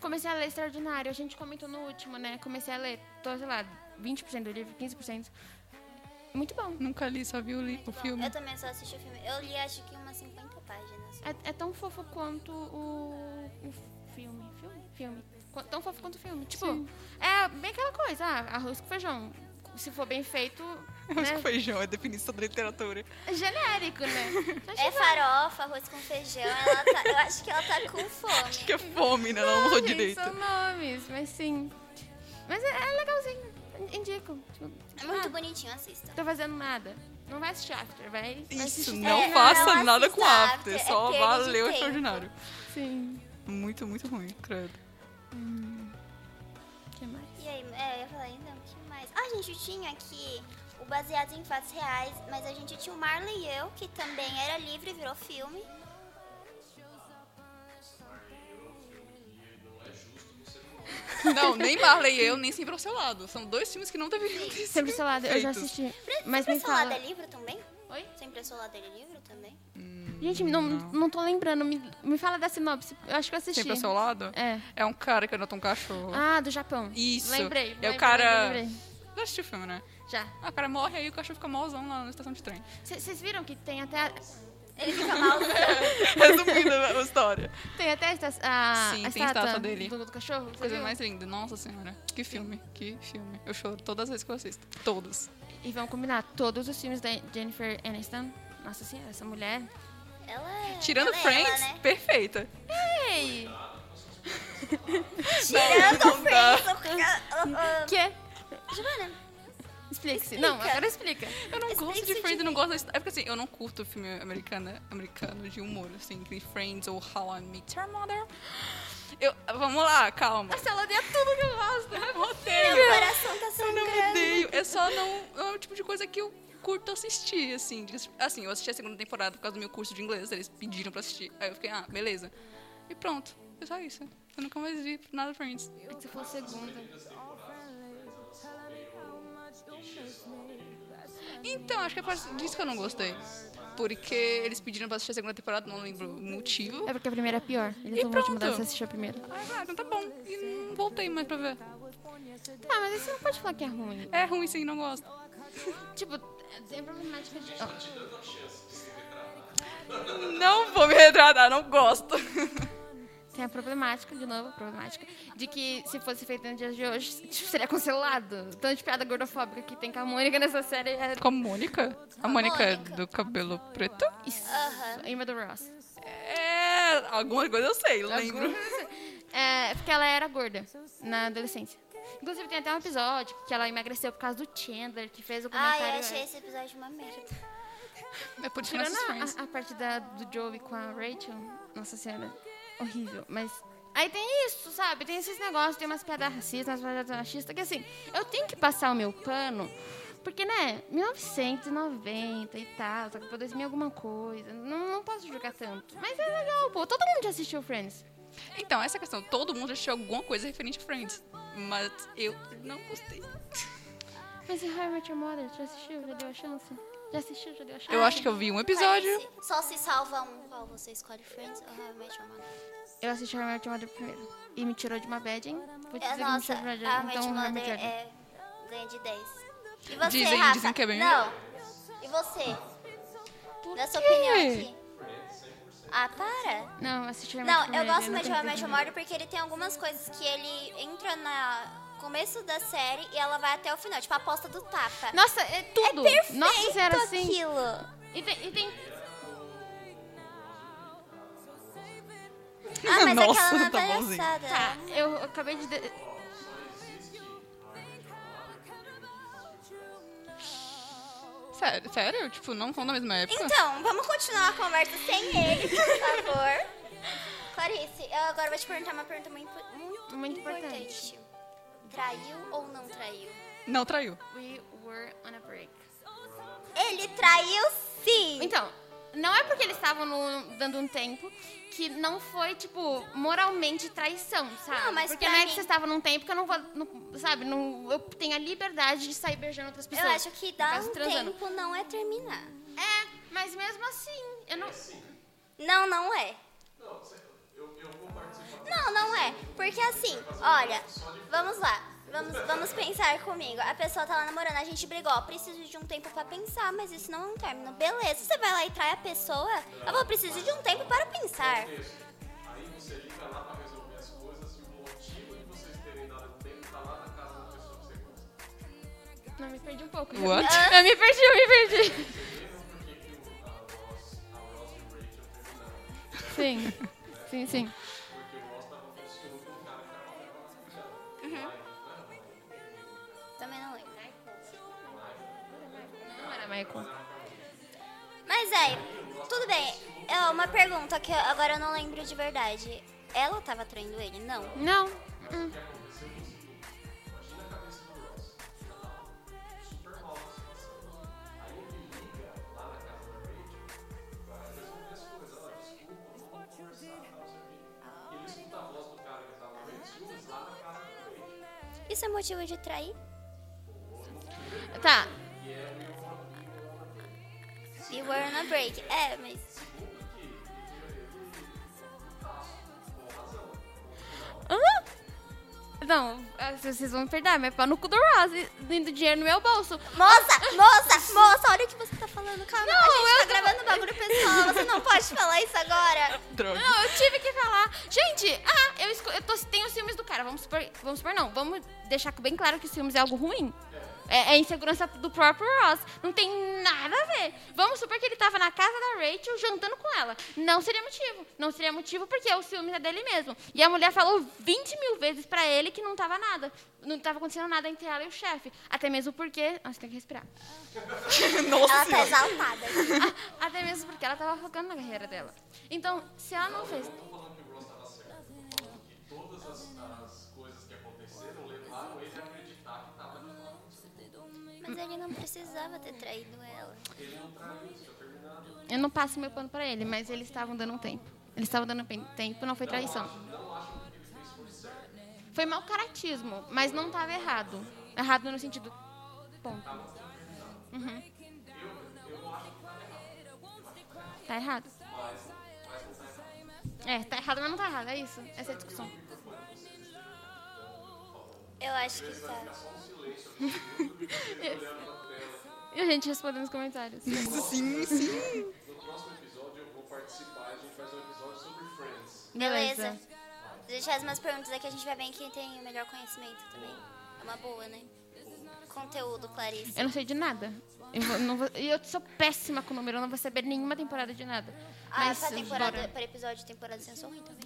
Speaker 2: Comecei a ler Extraordinário. A gente comentou no último, né? Comecei a ler, tô, sei lá, 20% do livro, 15%. Muito bom.
Speaker 5: Nunca li, só vi o, li- o
Speaker 1: Bom,
Speaker 5: filme.
Speaker 1: Eu também só assisti o filme. Eu li acho que umas 50 páginas.
Speaker 2: É, é tão fofo quanto o, o filme. Filme? Filme. Qu- Tão fofo quanto o filme. Tipo, é bem aquela coisa. Ah, arroz com feijão. Se for bem feito,
Speaker 5: Mas
Speaker 2: né?
Speaker 5: feijão é definição da literatura.
Speaker 2: É genérico, né? Só
Speaker 1: É
Speaker 2: chega-
Speaker 1: farofa, arroz com feijão. Ela tá- eu acho que ela tá com fome.
Speaker 5: Que é fome, né? Ela não usou
Speaker 2: nomes,
Speaker 5: direito.
Speaker 2: São nomes, mas sim. Mas é, é legalzinho. Indico. Tipo,
Speaker 1: É muito
Speaker 2: ah,
Speaker 1: bonitinho, assista.
Speaker 2: Tô fazendo nada. Não vai assistir After, vai, vai
Speaker 5: Isso,
Speaker 2: assistir
Speaker 5: não
Speaker 1: É,
Speaker 5: faça
Speaker 1: não
Speaker 5: nada com
Speaker 1: assista
Speaker 5: after.
Speaker 1: After, é
Speaker 5: só
Speaker 1: perda
Speaker 5: vá
Speaker 1: de
Speaker 5: ler o
Speaker 1: tempo.
Speaker 5: extraordinário.
Speaker 2: Sim.
Speaker 5: Muito, muito ruim, credo.
Speaker 2: O que mais?
Speaker 1: E aí, é, eu ia falar, então, o que mais? Ah, gente, tinha aqui o baseado em fatos reais, mas a gente tinha o Marley e eu, que também era livre e virou filme.
Speaker 5: Não, nem Marley e eu, nem sempre ao seu lado. São dois filmes que não deveriam ter
Speaker 2: Sempre
Speaker 5: sido
Speaker 2: ao seu lado, eu já
Speaker 5: feitos.
Speaker 2: assisti.
Speaker 1: Pre-
Speaker 2: Mas me
Speaker 1: Sempre ao lado
Speaker 2: fala.
Speaker 1: é livro também?
Speaker 2: Oi?
Speaker 1: Sempre ao lado é livro também?
Speaker 2: Gente, não, não tô lembrando. Me, me fala da sinopse. Eu acho que eu assisti.
Speaker 5: Sempre ao seu lado?
Speaker 2: É.
Speaker 5: É um cara que adota um cachorro.
Speaker 2: Ah, do Japão.
Speaker 5: Isso.
Speaker 2: Lembrei.
Speaker 5: É o
Speaker 2: lembrei,
Speaker 5: cara-
Speaker 2: lembrei.
Speaker 5: Já assistiu o filme, né?
Speaker 2: Já.
Speaker 5: Ah, o cara morre aí o cachorro fica malzão lá na estação de trem.
Speaker 2: C- Vocês viram que tem até a,
Speaker 1: Ele fica mal.
Speaker 5: Resumindo a história.
Speaker 2: tem até a, esta- a,
Speaker 5: Sim,
Speaker 2: a
Speaker 5: tem a estátua dele.
Speaker 2: Do, do cachorro? Você
Speaker 5: Coisa
Speaker 2: viu?
Speaker 5: mais linda. Nossa senhora. Que filme, que filme. Eu choro todas as vezes que eu assisto. Todas.
Speaker 2: E vamos combinar todos os filmes da Jennifer Aniston. Nossa senhora, essa mulher.
Speaker 1: Ela é.
Speaker 5: Tirando
Speaker 1: ela é
Speaker 5: Friends,
Speaker 1: ela, né?
Speaker 5: perfeita.
Speaker 2: Ei!
Speaker 1: Tirando Friends.
Speaker 2: Que?
Speaker 1: Giovana,
Speaker 2: Explique-se. Não,
Speaker 1: Explica.
Speaker 2: agora explica.
Speaker 5: Eu não
Speaker 1: Explica
Speaker 5: gosto
Speaker 1: isso
Speaker 5: de Friends,
Speaker 1: de
Speaker 5: eu não gosto da história. É porque assim, eu não curto filme americano, americano de humor, assim, que nem Friends ou How I Met Your Mother. Eu, vamos lá, calma.
Speaker 2: Nossa, ela odeia tudo que eu gosto.
Speaker 5: Eu odeio.
Speaker 1: meu coração tá
Speaker 5: Eu não
Speaker 1: sangrando.
Speaker 5: odeio. É só não. É um tipo de coisa que eu curto assistir, assim. Diga-se- Assim, eu assisti a segunda temporada por causa do meu curso de inglês. Eles pediram pra assistir. Aí eu fiquei, ah, beleza. E pronto. É só isso. Eu nunca mais vi nada Friends.
Speaker 2: Se for segunda.
Speaker 5: Então, acho que é por disso que eu não gostei. Porque eles pediram pra assistir a segunda temporada, não lembro o motivo.
Speaker 2: É porque a primeira é pior. Eles
Speaker 5: E
Speaker 2: não vão te
Speaker 5: pronto.
Speaker 2: mudar se assistir a primeira.
Speaker 5: Ah, então tá bom. E não voltei mais pra ver.
Speaker 2: Ah, mas aí você não pode falar que é ruim.
Speaker 5: É ruim sim, não gosto. É-
Speaker 2: Tipo, tem problemática de. Ó,
Speaker 5: Não vou me retratar, não gosto.
Speaker 2: Tem a problemática, de novo, a problemática, de que se fosse feito no dia de hoje, tipo, seria cancelado. Tanto de piada gordofóbica que tem com a Mônica nessa série. É...
Speaker 5: Com a Mônica? A Mônica é
Speaker 1: Mônica.
Speaker 5: do cabelo preto?
Speaker 2: Isso.
Speaker 1: Aham.
Speaker 2: Emma do Ross.
Speaker 5: É. Alguma coisa eu sei, eu lembro.
Speaker 2: É, porque ela era gorda na adolescência. Inclusive, tem até um episódio que ela emagreceu por causa do Chandler, que fez o comentário. é
Speaker 1: Ai, eu achei esse episódio uma merda.
Speaker 5: É por isso que eu não
Speaker 2: Tirando
Speaker 5: assisto Friends.
Speaker 2: a, a parte da, do Joey com a Rachel, nossa senhora, horrível. Mas aí tem isso, sabe? Tem esses negócios, tem umas piadas racistas, umas piadas machistas, que assim, eu tenho que passar o meu pano, porque, né, 1990 e tal, só que pra 2000 alguma coisa, não, não posso julgar tanto. Mas é legal, pô, todo mundo já assistiu Friends.
Speaker 5: Então, essa questão, todo mundo achou alguma coisa referente a Friends, mas eu não gostei.
Speaker 2: Mas e How I Met Your Mother, já assistiu, já deu a chance? Já assistiu, já deu a chance?
Speaker 5: Eu acho que eu vi um episódio.
Speaker 1: Parece- Só se salva um. Qual você escolhe Friends ou How I Met Your Mother?
Speaker 2: Eu assisti How I Met Your Mother primeiro. E me tirou de uma bad, hein? Vou te
Speaker 1: É,
Speaker 2: dizer
Speaker 1: nossa,
Speaker 2: que me tirou de
Speaker 1: a
Speaker 2: uma bad.
Speaker 1: Match
Speaker 2: Então, How I Met
Speaker 1: Mother
Speaker 2: Your Mother.
Speaker 1: é, ganha de 10. E você,
Speaker 5: Dizem-
Speaker 1: Rafa?
Speaker 5: dizem que é bem
Speaker 1: Não. E você? Dá sua opinião aqui. Ah, para.
Speaker 2: Não, assisti How I Met
Speaker 1: Não,
Speaker 2: Your
Speaker 1: eu
Speaker 2: Mother,
Speaker 1: gosto mais de
Speaker 2: nunca
Speaker 1: How I
Speaker 2: me
Speaker 1: Met Your Mother porque ele tem algumas coisas que ele entra no começo da série e ela vai até o final. Tipo, a aposta do tapa.
Speaker 2: Nossa, é tudo.
Speaker 1: Perfeito
Speaker 2: Nossa, se era assim.
Speaker 1: aquilo.
Speaker 2: E tem, e tem-
Speaker 1: Ah, mas
Speaker 5: Nossa,
Speaker 1: aquela não
Speaker 5: tá
Speaker 1: é
Speaker 5: bonzinho.
Speaker 1: palhaçada.
Speaker 2: Tá, eu acabei de. de-
Speaker 5: Sério, sério? Tipo, não são da mesma época?
Speaker 1: Então, vamos continuar a conversa sem ele, por favor. Clarice, eu agora vou te perguntar uma pergunta muito, muito,
Speaker 2: Muito
Speaker 1: importante. Traiu ou não traiu?
Speaker 5: Não traiu.
Speaker 2: We were on a break.
Speaker 1: Ele traiu sim!
Speaker 2: Então, Não é porque eles estavam no- dando um tempo que não foi, tipo, moralmente traição, sabe?
Speaker 1: Não, mas
Speaker 2: porque
Speaker 1: pra
Speaker 2: não é
Speaker 1: mim-
Speaker 2: que vocês estavam num tempo que eu não vou. não- sabe, não, eu tenho a liberdade de sair beijando outras
Speaker 1: Eu
Speaker 2: pessoas.
Speaker 1: acho que dar
Speaker 2: Quase
Speaker 1: um
Speaker 2: transando.
Speaker 1: tempo não é terminar.
Speaker 2: É, mas mesmo assim, eu não.
Speaker 1: Não, não é. Não, não é. Porque assim, olha, vamos lá. Vamos, vamos pensar comigo. A pessoa tá lá namorando, a gente brigou. ó, Preciso de um tempo pra pensar, mas isso não é um término. Beleza, você vai lá e trai a pessoa. Eu vou preciso de um tempo para pensar.
Speaker 6: Aí você liga lá pra resolver as coisas e o motivo de vocês terem dado tempo tá lá na casa da pessoa que você gosta.
Speaker 2: Não, me perdi um pouco.
Speaker 5: What?
Speaker 2: Eu me perdi, eu me perdi. Sim, sim, sim.
Speaker 1: Também não lembro.
Speaker 2: Não era Michael.
Speaker 1: Mas é, tudo bem. É uma pergunta que eu- agora eu não lembro de verdade. Ela tava traindo ele? Não.
Speaker 2: Não.
Speaker 1: Isso é motivo de trair?
Speaker 2: Tá.
Speaker 1: We were on a break. É, mas.
Speaker 2: Não, ah, vocês vão me perdoar, mas é pau no cu do Ross, indo dinheiro no meu bolso.
Speaker 1: Moça, moça, moça, olha o que você tá falando, calma.
Speaker 2: Não,
Speaker 1: a gente
Speaker 2: eu
Speaker 1: tá
Speaker 2: tô-
Speaker 1: gravando bagulho pessoal, você não pode falar isso agora.
Speaker 5: Droga.
Speaker 2: Não, eu tive que falar. Gente, ah, eu, esco- eu tô- tenho ciúmes do cara. Vamos supor, vamos supor, não. Vamos deixar bem claro que ciúmes é algo ruim. É, é insegurança do próprio Ross. Não tem nada a ver. Vamos supor que ele tava na casa da Rachel jantando com ela. Não seria motivo. Não seria motivo porque o ciúmes é dele mesmo. E a mulher falou 20 mil vezes pra ele que não tava nada. Não tava acontecendo nada entre ela e o chefe. Até mesmo porque. Ah, você tem que respirar.
Speaker 1: Ela tá exaltada.
Speaker 2: Ah, Até mesmo porque ela tava focando na carreira dela. Então, se ela não fez.
Speaker 1: Mas ele não precisava ter traído ela.
Speaker 2: Eu não passo meu pano pra ele, mas eles estavam dando um tempo. Eles estavam dando pe- tempo, não foi traição. Foi mau caratismo, mas não estava errado. Errado no sentido. Ponto. Uhum. Tá errado. É, tá errado, mas não tá errado. É isso. Essa é a discussão.
Speaker 1: Eu acho que tá.
Speaker 2: E a gente respondendo os comentários.
Speaker 6: No próximo episódio eu vou participar, a gente faz um episódio sobre Friends.
Speaker 1: Beleza.
Speaker 2: Beleza.
Speaker 1: Deixar as minhas perguntas aqui, a gente vai bem quem tem o melhor conhecimento também. É uma boa, né? Conteúdo, Clarice.
Speaker 2: Eu não sei de nada. Eu, vou- não vou- e eu sou péssima com número, eu não vou saber nenhuma temporada de nada.
Speaker 1: Ah,
Speaker 2: Mas
Speaker 1: pra temporada,
Speaker 2: bora.
Speaker 1: pra episódio de temporada vocês são ruim também.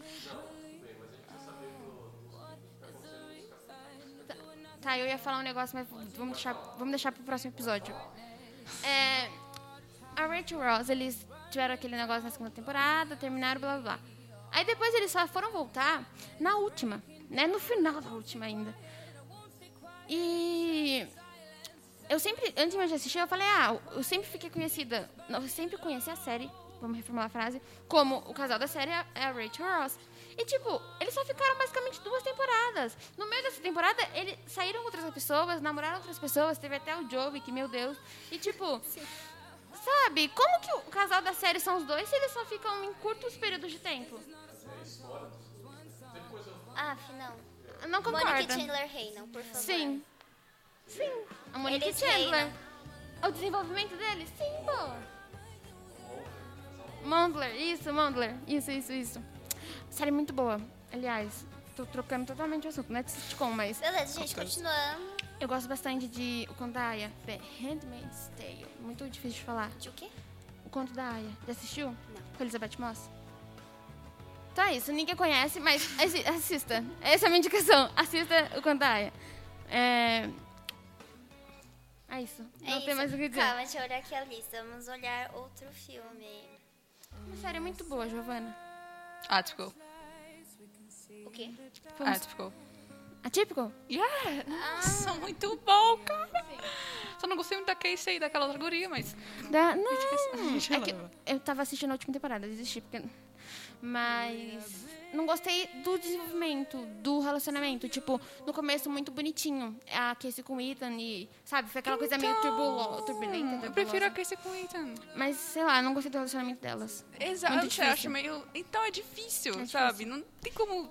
Speaker 2: Tá, eu ia falar um negócio, mas vamos deixar, vamos deixar pro próximo episódio. É, a Rachel Ross, eles tiveram aquele negócio na segunda temporada, terminaram, blá blá blá. Aí depois eles só foram voltar na última, né? No final da última ainda. E eu sempre, antes mesmo de assistir, eu falei, ah, eu sempre fiquei conhecida, não, eu sempre conheci a série, vamos reformular a frase, como o casal da série é a Rachel Ross. E, tipo, eles só ficaram basicamente duas temporadas. No meio dessa temporada, eles saíram com outras pessoas, namoraram outras pessoas, teve até o Joey, que, meu Deus. E, tipo, sabe, como que o casal da série são os dois se eles só ficam em curtos períodos de tempo?
Speaker 1: Ah, afinal.
Speaker 2: Não concordo.
Speaker 1: Monica Chandler Reynolds, por favor.
Speaker 2: Sim. Sim. A Monique
Speaker 1: Eles
Speaker 2: Chandler.
Speaker 1: reinam.
Speaker 2: O desenvolvimento dele? Sim, pô. Mondler, isso, Mondler. Isso, isso, isso. Série muito boa. Aliás, tô trocando totalmente o assunto, não é de sitcom, mas
Speaker 1: Beleza, gente, continuando.
Speaker 2: eu gosto bastante de O Conto da Aya. The Handmaid's Tale. Muito difícil de falar.
Speaker 1: De o quê?
Speaker 2: O Conto da Aya. Já assistiu?
Speaker 1: Não.
Speaker 2: Com Elizabeth Moss? Então é isso, ninguém conhece, mas assi- assista. Essa é a minha indicação. Assista o Conto da Aya. É... É isso.
Speaker 1: É
Speaker 2: Não tem
Speaker 1: isso.
Speaker 2: mais o que dizer.
Speaker 1: Calma, deixa eu olhar aqui a lista. Vamos olhar outro filme.
Speaker 2: Uma série muito boa, Giovana.
Speaker 5: Ah, Atypical.
Speaker 1: O quê?
Speaker 2: Vamos-
Speaker 5: Ah, tá. Atypical.
Speaker 2: A Atípico?
Speaker 5: Yeah! Nossa, muito bom, cara! Só não gostei muito da Casey e daquela outra guria, mas.
Speaker 2: Da...
Speaker 5: Hum,
Speaker 2: Não.
Speaker 5: esquece-
Speaker 2: É que eu tava assistindo a última temporada, desisti, porque. Mas. Não gostei do desenvolvimento, do relacionamento. Tipo, no começo, muito bonitinho. A Casey com o Ethan e. Sabe? Foi aquela coisa meio turbulo... turbulenta.
Speaker 5: Então, Hum, Eu prefiro a
Speaker 2: turbulosa.
Speaker 5: Casey com o Ethan.
Speaker 2: Mas, sei lá, eu não gostei do relacionamento delas. Muito
Speaker 5: Exato, eu
Speaker 2: difícil.
Speaker 5: acho meio. Então é difícil,
Speaker 2: difícil.
Speaker 5: sabe? Não tem como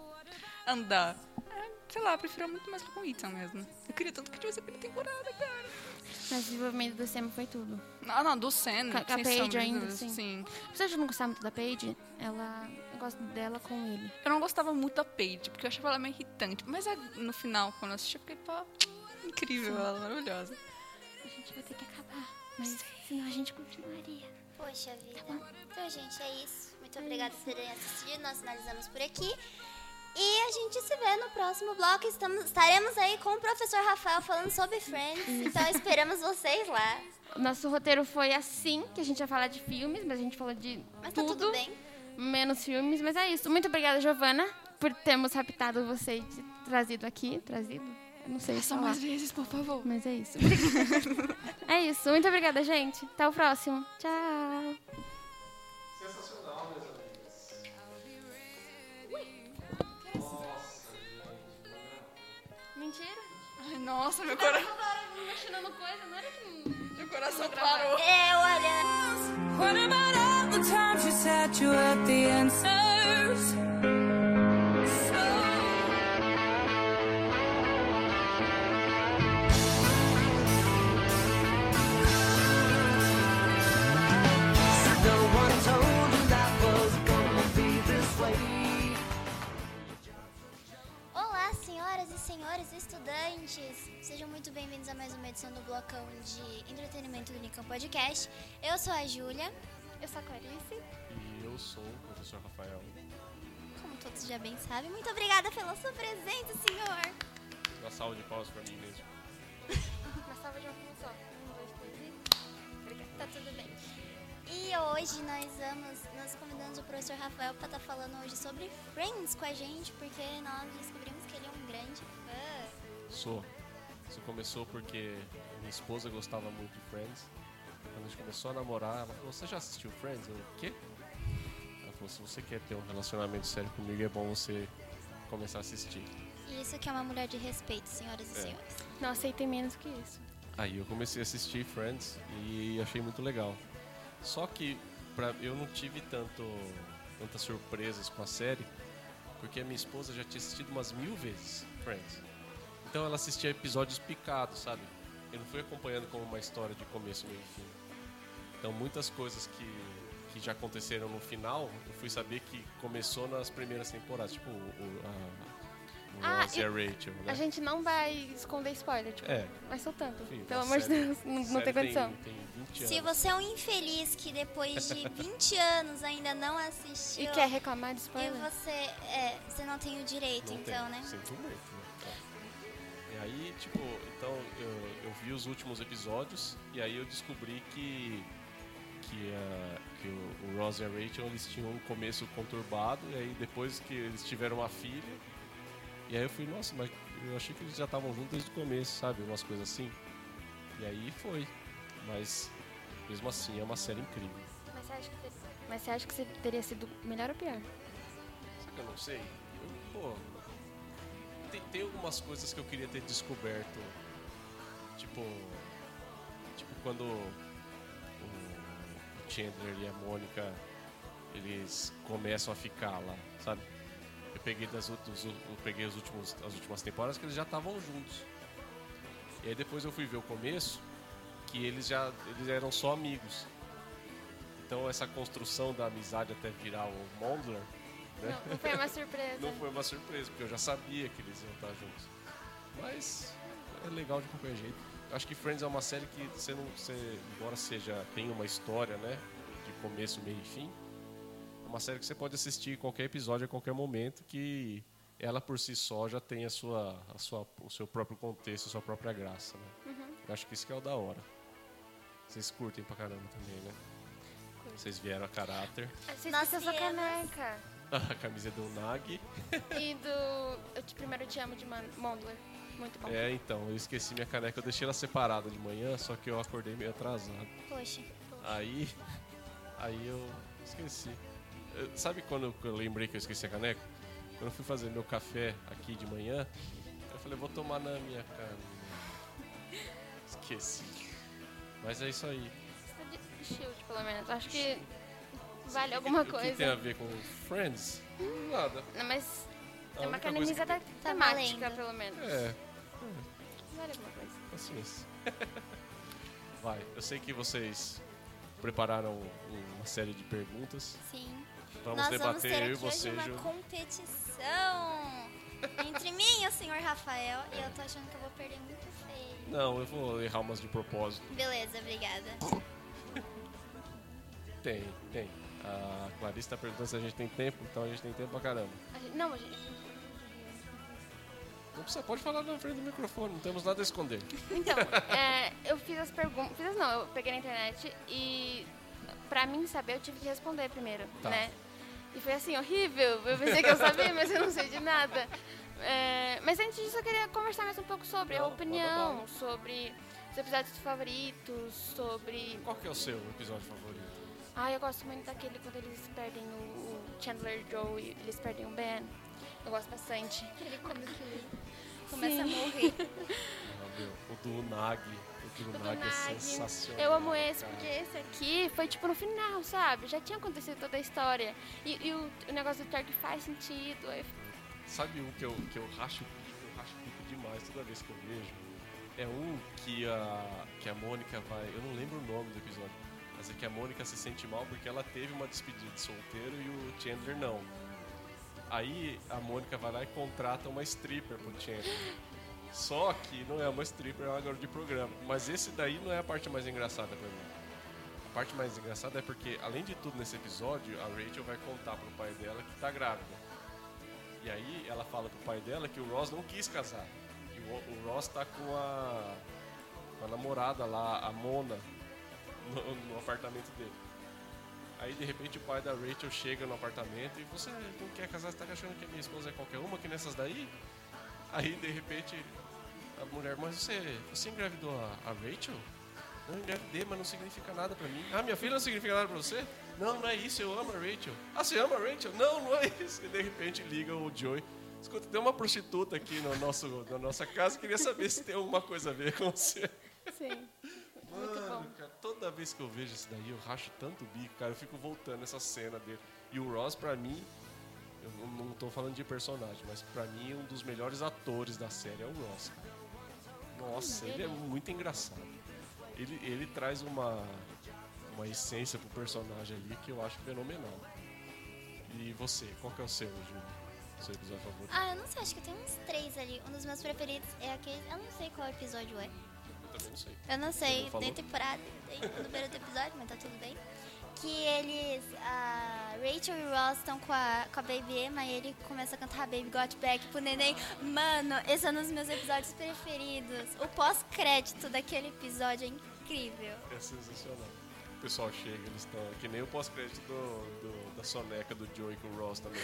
Speaker 5: andar. É, sei lá, eu prefiro muito mais com o Ethan mesmo. Eu queria tanto que tivesse aquela temporada, cara.
Speaker 2: Mas o desenvolvimento do Sam foi tudo.
Speaker 5: Ah, não, do Sen.
Speaker 2: Com a- com a
Speaker 5: sem
Speaker 2: Paige
Speaker 5: sombra de
Speaker 2: ainda,
Speaker 5: dúvidas,
Speaker 2: sim.
Speaker 5: sim.
Speaker 2: Apesar de eu não gostar muito da Paige, ela. Eu gosto dela com ele.
Speaker 5: Eu não gostava muito da Paige, porque eu achava ela meio irritante. Mas a- no final, quando eu assisti, eu fiquei, pô, incrível, ela maravilhosa.
Speaker 2: A gente vai ter que acabar. Mas senão a gente continuaria.
Speaker 1: Poxa vida. Então, gente, é isso. Muito obrigada por terem assistido. Nós finalizamos por aqui. E a gente se vê no próximo bloco. Estamos, estaremos aí com o professor Rafael falando sobre Friends.
Speaker 2: Uhum.
Speaker 1: Então esperamos vocês lá.
Speaker 2: O Nosso roteiro foi assim, que a gente ia falar de filmes, mas a gente falou de
Speaker 1: Mas tá
Speaker 2: tudo,
Speaker 1: tudo bem.
Speaker 2: menos filmes, mas é isso. Muito obrigada, Giovana, por termos raptado você e te trazido aqui, trazido. Eu não sei
Speaker 5: Só
Speaker 2: falar,
Speaker 5: mais vezes, por favor.
Speaker 2: mas é isso. é isso. Muito obrigada, gente. Até o próximo. Tchau.
Speaker 6: Sensacional, meus amigos. Nossa, gente.
Speaker 2: Mentira?
Speaker 5: Ai, nossa, meu coração.
Speaker 2: Imaginando coisa, não era que
Speaker 5: Meu coração parou.
Speaker 1: É, olha.
Speaker 7: What about all the times you said you had the answers? So no one told you that was gonna be this way.
Speaker 1: Olá, senhoras e senhores estudantes! Sejam muito bem-vindos a mais uma edição do Blocão de Entretenimento do Unicamp Podcast. Eu sou a Júlia. Eu sou a Clarice.
Speaker 6: E eu sou o professor Rafael.
Speaker 1: Como todos já bem sabem, muito obrigada pela sua presença, senhor!
Speaker 6: Uma salva de palmas pra mim mesmo.
Speaker 1: Uma salva de uma só. Um, dois, três e... Obrigada. Tá tudo bem. E hoje nós vamos, nós convidamos o professor Rafael para estar falando hoje sobre Friends com a gente, porque nós descobrimos que ele é um grande fã.
Speaker 6: Sou. Isso começou porque minha esposa gostava muito de Friends. Quando a gente começou a namorar, ela falou: Você já assistiu Friends? Eu, o quê? Ela falou: Se você quer ter um relacionamento sério comigo, é bom você começar a assistir.
Speaker 1: E isso que é uma mulher de respeito, senhoras e
Speaker 6: É.
Speaker 1: senhores.
Speaker 2: Não aceitem menos que isso.
Speaker 6: Aí eu comecei a assistir Friends e achei muito legal. Só que pra, eu não tive tanto, tantas surpresas com a série, porque a minha esposa já tinha assistido umas mil vezes Friends. Então ela assistia episódios picados, sabe? Eu não fui acompanhando como uma história de começo, meio e fim. Então muitas coisas que, que já aconteceram no final, eu fui saber que começou nas primeiras temporadas, tipo o, o, a, o
Speaker 2: Ah,
Speaker 6: Ross e a
Speaker 2: e-
Speaker 6: Rachel, né?
Speaker 2: A gente não vai esconder spoiler, tipo,
Speaker 6: É.
Speaker 2: vai soltando.
Speaker 6: Enfim,
Speaker 2: Pelo
Speaker 6: a
Speaker 2: amor de
Speaker 6: série-
Speaker 2: Deus, não,
Speaker 6: a
Speaker 2: não
Speaker 6: série
Speaker 2: tem condição.
Speaker 6: Tem, 20 anos.
Speaker 1: Se você é um infeliz que depois de 20 anos ainda não assistiu
Speaker 2: E quer reclamar de
Speaker 1: e
Speaker 2: spoiler?
Speaker 1: você, é, você não tem o direito,
Speaker 6: Não
Speaker 1: então,
Speaker 6: tem,
Speaker 1: né?
Speaker 6: Sinto muito, né? É. E aí, tipo, então eu, eu vi os últimos episódios e aí eu descobri que que, a- que o, o Ross e a Rachel eles tinham um começo conturbado e aí depois que eles tiveram uma filha e aí eu fui, nossa, mas eu achei que eles já estavam juntos desde o começo, sabe? Umas coisas assim. E aí foi. Mas mesmo assim é uma série incrível.
Speaker 2: Mas você acha que você, mas você acha que você teria sido melhor ou pior?
Speaker 6: Né? Sabe que eu não sei? Eu, pô. Tem, tem algumas coisas que eu queria ter descoberto. Tipo. Tipo quando o, o Chandler e a Mônica eles começam a ficar lá, sabe? Eu peguei das outras. Eu peguei as últimas, as últimas temporadas que eles já estavam juntos. E aí depois eu fui ver o começo, que eles já. Eles eram só amigos. Então essa construção da amizade até virar o Mondler
Speaker 2: Não, não foi uma surpresa.
Speaker 6: não foi uma surpresa, porque eu já sabia que eles iam estar juntos. Mas é legal de qualquer jeito. Eu Acho que Friends é uma série que você não. Você, embora seja. tenha uma história, né? De começo, meio e fim. É uma série que você pode assistir qualquer episódio a qualquer momento que ela por si só já tem a sua, a sua, o seu próprio contexto, a sua própria graça, né? Eu acho que isso que é o da hora. Vocês curtem pra caramba também, né? Vocês vieram a caráter.
Speaker 2: Você
Speaker 1: Nós
Speaker 2: esqueceu sua
Speaker 1: viemos.
Speaker 2: caneca.
Speaker 6: A camisa do Nag.
Speaker 2: E do Eu Te Primeiro Te Amo de Man- Mondler. Muito bom.
Speaker 6: É, então, eu esqueci minha caneca, eu deixei ela separada de manhã, só que eu acordei meio atrasado.
Speaker 1: Poxa.
Speaker 6: Aí. Aí eu esqueci. Eu- sabe quando eu lembrei que eu esqueci a caneca? Quando eu fui fazer meu café aqui de manhã, eu falei, vou tomar na minha cara. Esqueci. Mas é isso aí.
Speaker 2: Está de Shield, tá pelo menos. Acho que vale alguma
Speaker 6: O que tem a
Speaker 2: coisa.
Speaker 6: ver com Friends? Nada.
Speaker 2: Não, mas
Speaker 6: A
Speaker 2: é uma
Speaker 6: única coisa
Speaker 2: camisa
Speaker 6: que-
Speaker 2: da
Speaker 1: Tá
Speaker 2: temática,
Speaker 1: valendo.
Speaker 2: pelo menos.
Speaker 6: É,
Speaker 2: Vale alguma coisa.
Speaker 6: paciência. Vai, eu sei que vocês prepararam uma série de perguntas.
Speaker 1: Sim.
Speaker 6: Vamos
Speaker 1: Nós vamos
Speaker 6: debater
Speaker 1: ter
Speaker 6: eu e
Speaker 1: aqui hoje
Speaker 6: você,
Speaker 1: uma
Speaker 6: Ju.
Speaker 1: competição entre mim e o senhor Rafael. E eu tô achando que eu vou perder muito feio.
Speaker 6: Não, eu vou errar umas de propósito.
Speaker 1: Beleza, obrigada.
Speaker 6: Tem, tem. A Clarice tá perguntando se a gente tem tempo, então a gente tem tempo pra caramba.
Speaker 2: A gente- não, a gente.
Speaker 6: Não precisa, pode falar na frente do microfone, não temos nada a esconder.
Speaker 2: Então, é, eu fiz as perguntas. Fiz as não, eu peguei na internet e pra mim saber eu tive que responder primeiro,
Speaker 6: Tá.
Speaker 2: né? E foi assim, horrível. Eu pensei que eu sabia, mas eu não sei de nada. É, mas antes disso eu queria conversar mais um pouco sobre a
Speaker 6: Não, manda
Speaker 2: opinião, sobre os episódios favoritos, sobre.
Speaker 6: Qual que é o seu episódio favorito?
Speaker 2: Ai, eu gosto muito daquele quando eles perdem o o Chandler e Joe e eles perdem o Ben. Eu gosto bastante.
Speaker 1: Começa a morrer.
Speaker 6: Ah, meu, o do Nag. O do,
Speaker 2: do
Speaker 6: Nag é
Speaker 2: Nag.
Speaker 6: sensacional.
Speaker 2: Eu amo esse,
Speaker 6: cara.
Speaker 2: porque esse aqui foi tipo no final, sabe? Já tinha acontecido toda a história. E, e o, o negócio do Turk faz sentido. aí
Speaker 6: Sabe um que eu, que eu racho o bico, eu racho o bico demais toda vez que eu vejo? É um que a, que a Mônica vai. Eu não lembro o nome do episódio, mas é que a Mônica se sente mal porque ela teve uma despedida de solteiro e o Chandler não. Aí a Mônica vai lá e contrata uma stripper pro Chandler. Só que não é uma stripper, é uma garota de programa. Mas esse daí não é a parte mais engraçada pra mim. A parte mais engraçada é porque, além de tudo nesse episódio, a Rachel vai contar pro pai dela que tá grávida. E aí ela fala pro pai dela que o Ross não quis casar. E o, o Ross tá com a, com a namorada lá, a Mona, no, no apartamento dele. Aí de repente o pai da Rachel chega no apartamento e você não quer casar, você tá achando que a minha esposa é qualquer uma que nessas daí? Aí de repente a mulher, mas você, você engravidou a, a Rachel? Não engravidei, mas não significa nada pra mim. Ah, minha filha não significa nada pra você? Não, não é isso, eu amo a Rachel. Ah, você ama a Rachel? Não, não é isso. E de repente liga o Joey. Escuta, tem uma prostituta aqui no nosso, na nossa casa, queria saber se tem alguma coisa a ver com você.
Speaker 2: Sim. Muito
Speaker 6: Mano,
Speaker 2: bom.
Speaker 6: cara, toda vez que eu vejo isso daí, eu racho tanto o bico, cara. Eu fico voltando essa cena dele. E o Ross, pra mim, eu não- não tô falando de personagem, mas pra mim, um dos melhores atores da série é o Ross. cara. Nossa, ele é muito engraçado. Ele, ele traz uma, uma essência pro personagem ali que eu acho fenomenal. E você, qual que é o seu, Júlio? Seu episódio favorito?
Speaker 1: Ah, eu não sei, acho que tem uns três ali. Um dos meus preferidos é aquele. Eu não sei qual episódio é.
Speaker 6: Eu também não sei.
Speaker 1: Eu não sei,
Speaker 6: Ele falou?
Speaker 1: nem temporada, nem o número do episódio, mas tá tudo bem. Que eles. A Rachel e o Ross estão com a, com a Baby Emma e ele começa a cantar Baby Got Back pro neném. Mano, esse é um dos meus episódios preferidos. O pós-crédito daquele episódio é incrível.
Speaker 6: É sensacional. O pessoal chega, eles estão. Que nem o pós-crédito do, do- da soneca do Joey com o Ross também.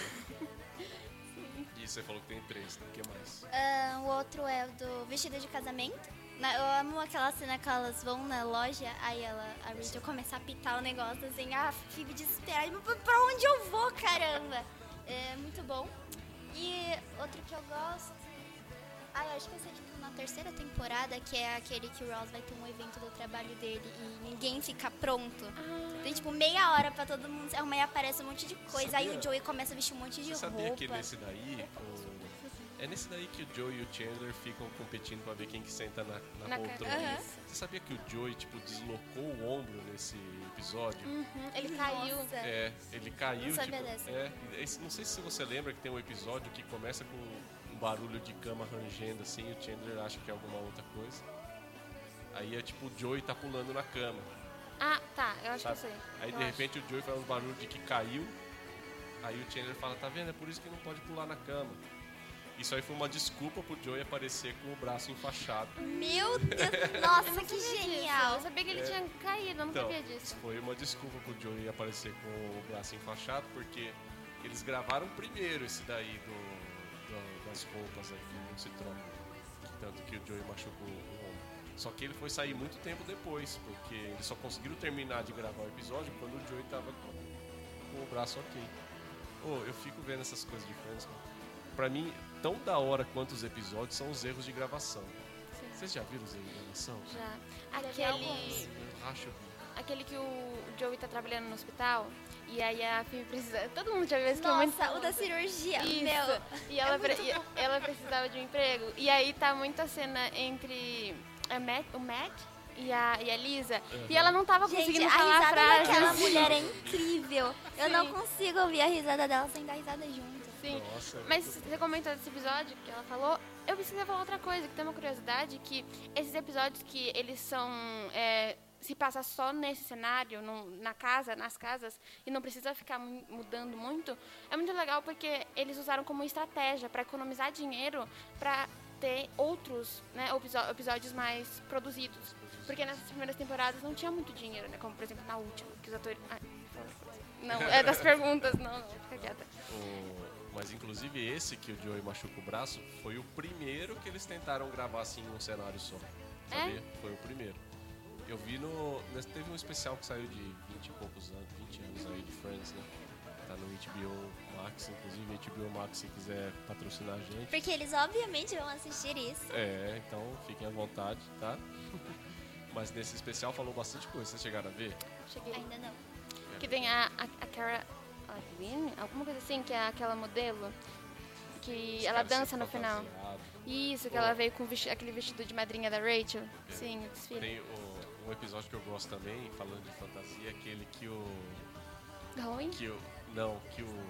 Speaker 6: E você falou que tem três, né? O que mais?
Speaker 1: Ah, o outro é o do vestido de casamento. Na- eu amo aquela cena que elas vão na loja, aí ela, a Rachel começa a pitar o negócio assim, ah, fico desesperada, mas pra- pra onde eu vou, caramba? É muito bom. E outro que eu gosto. Ah, eu acho que esse é tipo na terceira temporada, que é aquele que o Ross vai ter um evento do trabalho dele e ninguém fica pronto. Tem tipo meia hora pra todo mundo se arrumar e aparece um monte de coisa. Aí
Speaker 6: Sabia?
Speaker 1: o Joey começa a vestir um monte de
Speaker 6: Você sabia
Speaker 1: roupa.
Speaker 6: que nesse daí. o- É nesse daí que o Joey e o Chandler ficam competindo pra ver quem que senta na, na,
Speaker 2: Na
Speaker 6: poltrona.
Speaker 2: cadeira.
Speaker 6: Você sabia que o Joey, tipo, deslocou o ombro nesse episódio?
Speaker 2: Hum, Ele caiu.
Speaker 1: Nossa.
Speaker 6: É, ele caiu.
Speaker 1: Não sabia
Speaker 6: tipo,
Speaker 1: dessa.
Speaker 6: é, esse- não sei se você lembra que tem um episódio que começa com um barulho de cama rangendo assim, e o Chandler acha que é alguma outra coisa. Aí é tipo o Joey tá pulando na cama.
Speaker 2: Ah, tá. Eu acho
Speaker 6: Sabe?
Speaker 2: que eu sei.
Speaker 6: Aí
Speaker 2: Eu
Speaker 6: de
Speaker 2: acho.
Speaker 6: repente o Joey faz um barulho de que caiu. Aí o Chandler fala, tá vendo? É por isso que não pode pular na cama. Isso aí foi uma desculpa pro Joey aparecer com o braço enfaixado.
Speaker 1: Meu Deus, nossa, que
Speaker 2: Isso,
Speaker 1: genial!
Speaker 2: Eu sabia que ele tinha caído, eu não
Speaker 6: É. Então,
Speaker 2: sabia
Speaker 6: isso
Speaker 2: disso.
Speaker 6: foi uma desculpa pro Joey aparecer com o braço enfaixado, porque Eles gravaram primeiro esse daí do, do- das roupas aí que não se troca. Tanto que o Joey machucou o ombro. Só que ele foi sair muito tempo depois, porque eles só conseguiram terminar de gravar o episódio quando o Joey tava com, com o braço ok. Ô, eu fico vendo essas coisas de Friends. cara. Pra mim, tão da hora quanto os episódios são os erros de gravação. Vocês já viram os erros de gravação?
Speaker 2: Já.
Speaker 1: vi
Speaker 2: Aquele,
Speaker 1: alguns.
Speaker 6: Eu racho o bico.
Speaker 2: aquele que o Joey tá trabalhando no hospital e aí a Phoebe precisa. Todo mundo já viu esse momento.
Speaker 1: Nossa, o da cirurgia,
Speaker 2: Isso.
Speaker 1: meu.
Speaker 2: E
Speaker 1: É
Speaker 2: ela, pre- e ela precisava de um emprego. E aí tá muita cena entre a Matt, o Matt e a, e a Lisa. E ela não tava
Speaker 1: Gente,
Speaker 2: conseguindo
Speaker 1: a
Speaker 2: falar a
Speaker 1: risada
Speaker 2: frase.
Speaker 1: daquela mulher é incrível. Eu não consigo ouvir a risada dela sem dar risada junto.
Speaker 2: Sim.
Speaker 6: Nossa,
Speaker 2: Mas você comentou desse episódio que ela falou. Eu preciso falar outra coisa, que tem uma curiosidade, que esses episódios que eles são. é, se passa só nesse cenário, num- na casa, nas casas, e não precisa ficar mu- mudando muito, é muito legal porque eles usaram como estratégia para economizar dinheiro para ter outros né, episo- episódios mais produzidos. Porque nessas primeiras temporadas não tinha muito dinheiro, né? Como, por exemplo, na última, que os atores... Ai, não, é das perguntas, não, não, fica quieta.
Speaker 6: O- Mas inclusive esse que o Joey machuca o braço foi o primeiro que eles tentaram gravar assim num cenário só.
Speaker 2: É?
Speaker 6: Sabia? Foi o primeiro. Eu vi no. nesse- Teve um especial que saiu de 20 e poucos anos, 20 anos aí de Friends, né? Tá no HBO Max, inclusive HBO Max se quiser patrocinar a gente.
Speaker 1: Porque eles obviamente vão assistir isso.
Speaker 6: É, então fiquem à vontade, tá? Mas nesse especial falou bastante coisa, vocês chegaram a ver?
Speaker 2: Cheguei.
Speaker 1: Ainda não.
Speaker 2: Que tem a, a, a Cara Levine, alguma coisa assim, que é aquela modelo que
Speaker 6: Os
Speaker 2: ela
Speaker 6: caras
Speaker 2: dança no
Speaker 6: sempre
Speaker 2: final.
Speaker 6: fantasiados.
Speaker 2: Isso, que ela veio com vesti- aquele vestido de madrinha da Rachel. Sim, o desfile.
Speaker 6: Tem o- um episódio que eu gosto também, falando de fantasia, aquele que o.
Speaker 2: Ruim?
Speaker 6: que o não que o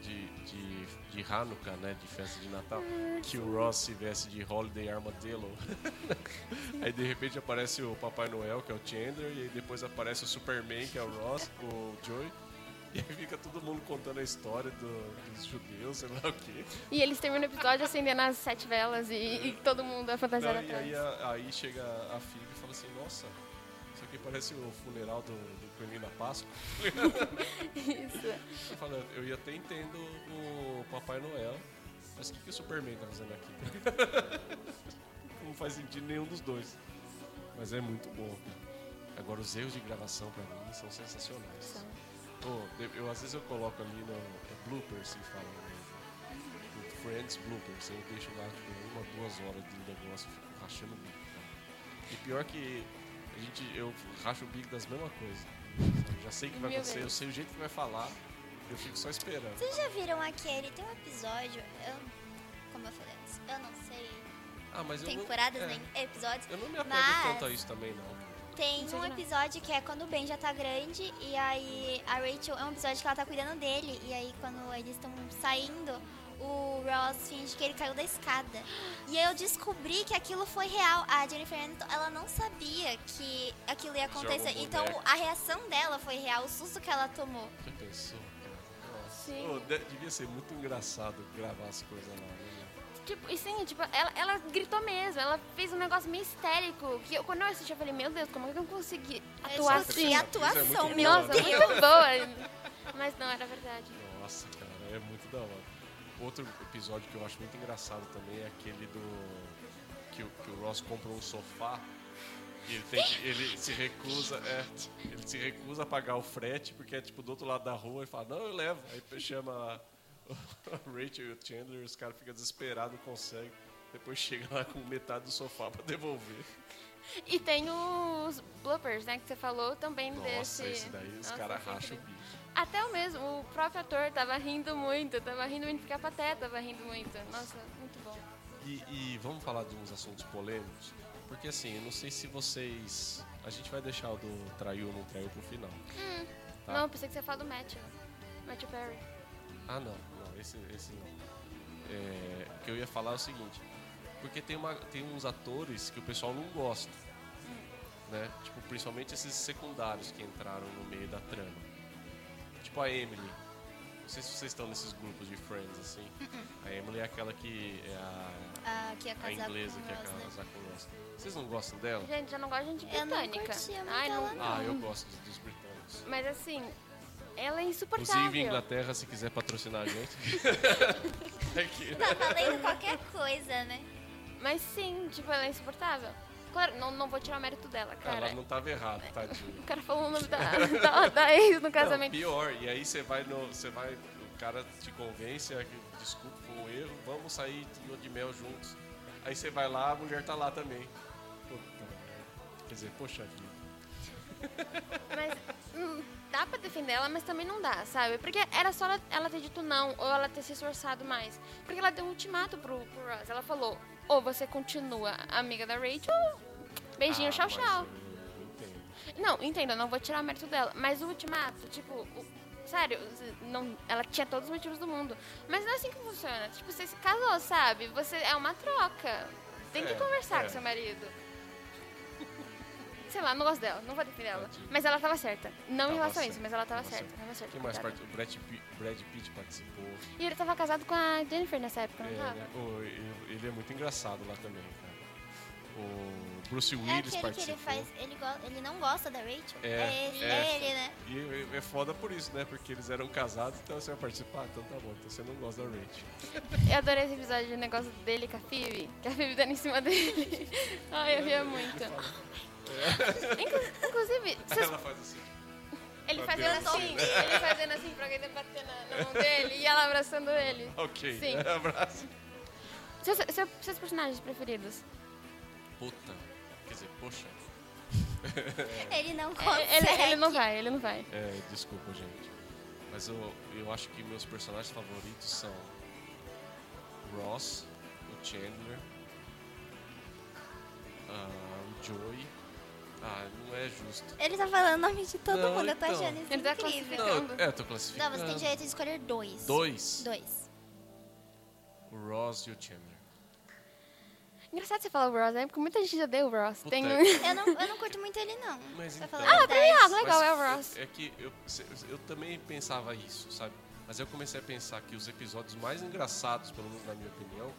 Speaker 6: de, de, de Hanukkah, né, de festa de Natal, que o Ross se veste de Holiday Armadillo. aí de repente aparece o Papai Noel, que é o Chandler, e aí depois aparece o Superman, que é o Ross, o Joey. E aí fica todo mundo contando a história do- dos judeus, sei lá o quê.
Speaker 2: E eles terminam o episódio acendendo as sete velas e, e todo mundo é
Speaker 6: Não,
Speaker 2: fantasiado
Speaker 6: e aí,
Speaker 2: atrás.
Speaker 6: a- aí chega a Phoebe e fala assim, nossa, isso aqui parece o funeral do, do Coelhinho da Páscoa.
Speaker 2: Isso.
Speaker 6: Eu falo, eu ia até entendo o Papai Noel, mas o que, que o Superman tá fazendo aqui? Não faz sentido nenhum dos dois. Mas é muito bom. cara. Agora, os erros de gravação pra mim são sensacionais. Pô, eu, eu- às vezes eu coloco ali no é bloopers e falo. né? Tipo, Friends bloopers. Eu deixo lá tipo, uma, duas horas de negócio fico rachando o bico. cara. E pior que a gente, eu racho o bico das mesmas coisas. Eu já sei o que vai
Speaker 2: Mil
Speaker 6: acontecer, eu
Speaker 2: vezes.
Speaker 6: sei o jeito que vai falar. Eu fico só esperando.
Speaker 1: Vocês já viram aquele? Tem um episódio. Eu, como eu falei antes, eu não sei
Speaker 6: Ah, mas eu
Speaker 1: temporadas né?
Speaker 6: não, é,
Speaker 1: nem episódios.
Speaker 6: Eu não me apego
Speaker 1: mas-
Speaker 6: tanto a isso também, não.
Speaker 1: Tem
Speaker 2: Não sei
Speaker 1: um
Speaker 2: de nada.
Speaker 1: episódio que é quando o Ben já tá grande e aí a Rachel é um episódio que ela tá cuidando dele e aí quando eles estão saindo, o Ross finge que ele caiu da escada. E aí eu descobri que aquilo foi real. A Jennifer Aniston, ela não sabia que aquilo ia acontecer.
Speaker 6: Joga o
Speaker 1: Então
Speaker 6: boneco.
Speaker 1: a reação dela foi real, o susto que ela tomou.
Speaker 6: Já pensou, cara? Nossa.
Speaker 2: Sim.
Speaker 6: Pô, de- devia ser muito engraçado gravar as coisas lá, né?
Speaker 2: Tipo, e sim, tipo, ela, ela gritou mesmo, ela fez um negócio meio histérico. Que eu, quando eu assisti, eu falei, meu Deus, como é que eu consegui atuar
Speaker 1: tipo,
Speaker 2: assim?
Speaker 1: que
Speaker 6: é
Speaker 1: atuação, meu
Speaker 2: Nossa,
Speaker 1: Deus.
Speaker 2: muito boa. Mas não, era verdade.
Speaker 6: Nossa, cara, é muito da hora. Outro episódio que eu acho muito engraçado também é aquele do. Que, o- que o Ross compra um sofá e ele, tem que- ele se recusa, é, ele se recusa a pagar o frete, porque é tipo do outro lado da rua, ele fala, não, eu levo. Aí chama a Rachel e o Chandler, os caras ficam desesperados, não conseguem. Depois chega lá com metade do sofá pra devolver.
Speaker 2: E tem os bloopers, né, que você falou também desse.
Speaker 6: Nossa, esse daí os
Speaker 2: Nossa,
Speaker 6: caras
Speaker 2: esse é
Speaker 6: racham o
Speaker 2: incrível.
Speaker 6: bicho.
Speaker 2: Até o mesmo, o próprio ator tava rindo muito, tava rindo muito, porque a plateia tava rindo muito. Nossa, muito bom.
Speaker 6: E, e vamos falar de uns assuntos polêmicos? Porque assim, eu não sei se vocês. A gente vai deixar o do traiu ou não traiu pro final. Tá.
Speaker 2: Não, pensei que você ia falar do Matthew. Matthew Perry.
Speaker 6: Ah, não, não, esse, esse não. É, o que eu ia falar é o seguinte: porque tem, uma, tem uns atores que o pessoal não gosta, né? Tipo, principalmente esses secundários que entraram no meio da trama. Tipo a Emily. Não sei se vocês estão nesses grupos de friends assim. A Emily é aquela que é a
Speaker 1: Ah, que ia
Speaker 6: a
Speaker 1: casar
Speaker 6: inglesa
Speaker 1: com o
Speaker 6: que é a
Speaker 1: Ross, né?
Speaker 6: Zakonowska. Vocês não gostam dela?
Speaker 2: Gente, eu não gosto de gente
Speaker 1: Eu não
Speaker 2: britânica.
Speaker 1: curtia muito
Speaker 2: Ai, não.
Speaker 1: ela,
Speaker 6: Ah, eu gosto dos britânicos.
Speaker 2: Mas assim, Ela é insuportável.
Speaker 6: Inclusive, Inglaterra, se quiser patrocinar a gente. Aqui.
Speaker 1: Tá valendo qualquer coisa, né?
Speaker 2: Mas sim, tipo, ela é insuportável. Claro, não, não vou tirar o mérito dela, cara.
Speaker 6: Ela não tava errada, tadinho.
Speaker 2: O cara falou o nome da, da, da ex no
Speaker 6: Não,
Speaker 2: casamento.
Speaker 6: pior, e aí você vai no. Você vai. O cara te convence, ah, que- desculpa foi um erro, vamos sair de lua de mel juntos. Aí você vai lá, a mulher tá lá também. Puta merda. Quer dizer, poxa vida.
Speaker 2: Mas hum, dá pra defender ela, mas também não dá, sabe? Porque era só ela, ela ter dito não, ou ela ter se esforçado mais. Porque ela deu um ultimato pro, pro Ross. Ela falou, ou você continua amiga da Rachel, ou beijinho,
Speaker 6: Ah,
Speaker 2: tchau,
Speaker 6: mas
Speaker 2: tchau.
Speaker 6: eu entendo.
Speaker 2: Não, entendo, eu não vou tirar o mérito dela. Mas o ultimato, tipo, o- sério, z- não, ela tinha todos os motivos do mundo. Mas não é assim que funciona. Tipo, você se casou, sabe? Você é uma troca. Tem que
Speaker 6: É,
Speaker 2: conversar
Speaker 6: é.
Speaker 2: com seu marido. Sei lá, não gosto dela, não vou defender ela. Mas ela tava certa. Não
Speaker 6: Tava
Speaker 2: em relação a
Speaker 6: certa,
Speaker 2: isso, mas ela tava
Speaker 6: tava
Speaker 2: certa.
Speaker 6: certa.
Speaker 2: Tava certa
Speaker 6: Quem mais
Speaker 2: coitada.
Speaker 6: participou? O Brad Pitt, Brad Pitt participou.
Speaker 2: E ele tava casado com a Jennifer nessa época, não
Speaker 6: É,
Speaker 2: tava?
Speaker 6: né? Ô, ele- ele é muito engraçado lá também, cara. O Bruce
Speaker 1: é
Speaker 6: Willis
Speaker 1: aquele que
Speaker 6: participou.
Speaker 1: ele faz. Ele, go- ele não gosta da Rachel?
Speaker 6: É,
Speaker 1: ele,
Speaker 6: é.
Speaker 1: é ele, né?
Speaker 6: E é- é foda por isso, né? Porque eles eram casados, então você vai participar, então tá bom, então você não gosta da Rachel.
Speaker 2: Eu adorei esse episódio do negócio dele com a Phoebe, que a Phoebe dando em cima dele. Ai, eu ria muito. Inclu- Inclusive, vocês
Speaker 6: É. Ela faz assim.
Speaker 2: Ele
Speaker 6: Bateu
Speaker 2: fazendo
Speaker 1: no
Speaker 2: assim, ele fazendo assim pra alguém bater na, na mão dele e ela abraçando ele.
Speaker 6: Ok. É,
Speaker 2: Sim.
Speaker 6: Abraço.
Speaker 2: Seus, seu- seus personagens preferidos?
Speaker 6: Puta. Quer dizer, poxa.
Speaker 1: Ele não consegue.
Speaker 2: É, Ele, ele não vai, ele não vai.
Speaker 6: É, desculpa, gente. Mas eu, eu acho que meus personagens favoritos são Ross, o Chandler, ah, o Joey. Ah, não é justo.
Speaker 1: Ele tá falando o nome de todo
Speaker 6: Não,
Speaker 1: mundo, eu tô
Speaker 6: então.
Speaker 1: achando isso
Speaker 2: Ele tá
Speaker 1: incrível.
Speaker 2: classificando.
Speaker 6: Não, é, tô
Speaker 1: Não,
Speaker 6: classificando.
Speaker 1: você tem direito de escolher dois.
Speaker 6: Dois.
Speaker 1: Dois.
Speaker 6: O Ross e o Chandler.
Speaker 2: Engraçado você falar o Ross, né? Porque muita gente já deu o Ross.
Speaker 6: Puta,
Speaker 2: Tem... um
Speaker 6: é-
Speaker 1: Eu não, eu não curto muito ele, não.
Speaker 6: Mas
Speaker 1: pra
Speaker 6: então.
Speaker 1: falar a
Speaker 6: Ah,
Speaker 1: verdade.
Speaker 2: Ah, legal, é o
Speaker 6: Mas
Speaker 2: Ross.
Speaker 6: É que eu, se- eu também pensava isso, sabe? Mas eu comecei a pensar que os episódios mais engraçados, pelo menos na minha opinião,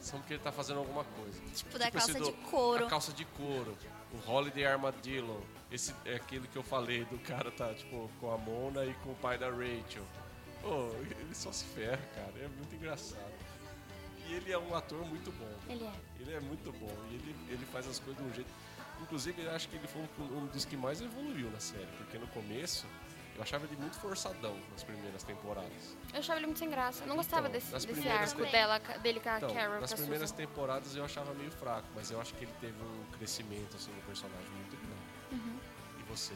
Speaker 6: são porque ele tá fazendo alguma coisa.
Speaker 1: Tipo, da
Speaker 6: esse
Speaker 1: calça
Speaker 6: assim, do-
Speaker 1: de couro.
Speaker 6: A calça de couro. O Holiday Armadillo. Esse é aquele que eu falei do cara tá, tipo, com a Mona e com o pai da Rachel. Pô, ele só se ferra, cara. É muito engraçado. E ele é um ator muito bom.
Speaker 2: Ele é.
Speaker 6: Ele é muito bom e ele, ele faz as coisas de um jeito. Inclusive, eu acho que ele foi um, um dos que mais evoluiu na série, porque no começo eu achava ele muito forçadão nas primeiras temporadas.
Speaker 2: Eu achava ele muito sem graça. Eu não gostava
Speaker 6: Então,
Speaker 2: desse,
Speaker 6: nas
Speaker 2: desse
Speaker 6: primeiras
Speaker 2: arco
Speaker 1: tem-
Speaker 2: dela, ca- dele com a
Speaker 6: Então,
Speaker 2: Carol. tá
Speaker 6: nas
Speaker 2: com a
Speaker 6: primeiras
Speaker 2: Susan.
Speaker 6: temporadas eu achava meio fraco, mas eu acho que ele teve um crescimento assim no personagem muito grande.
Speaker 2: Uhum.
Speaker 6: E você?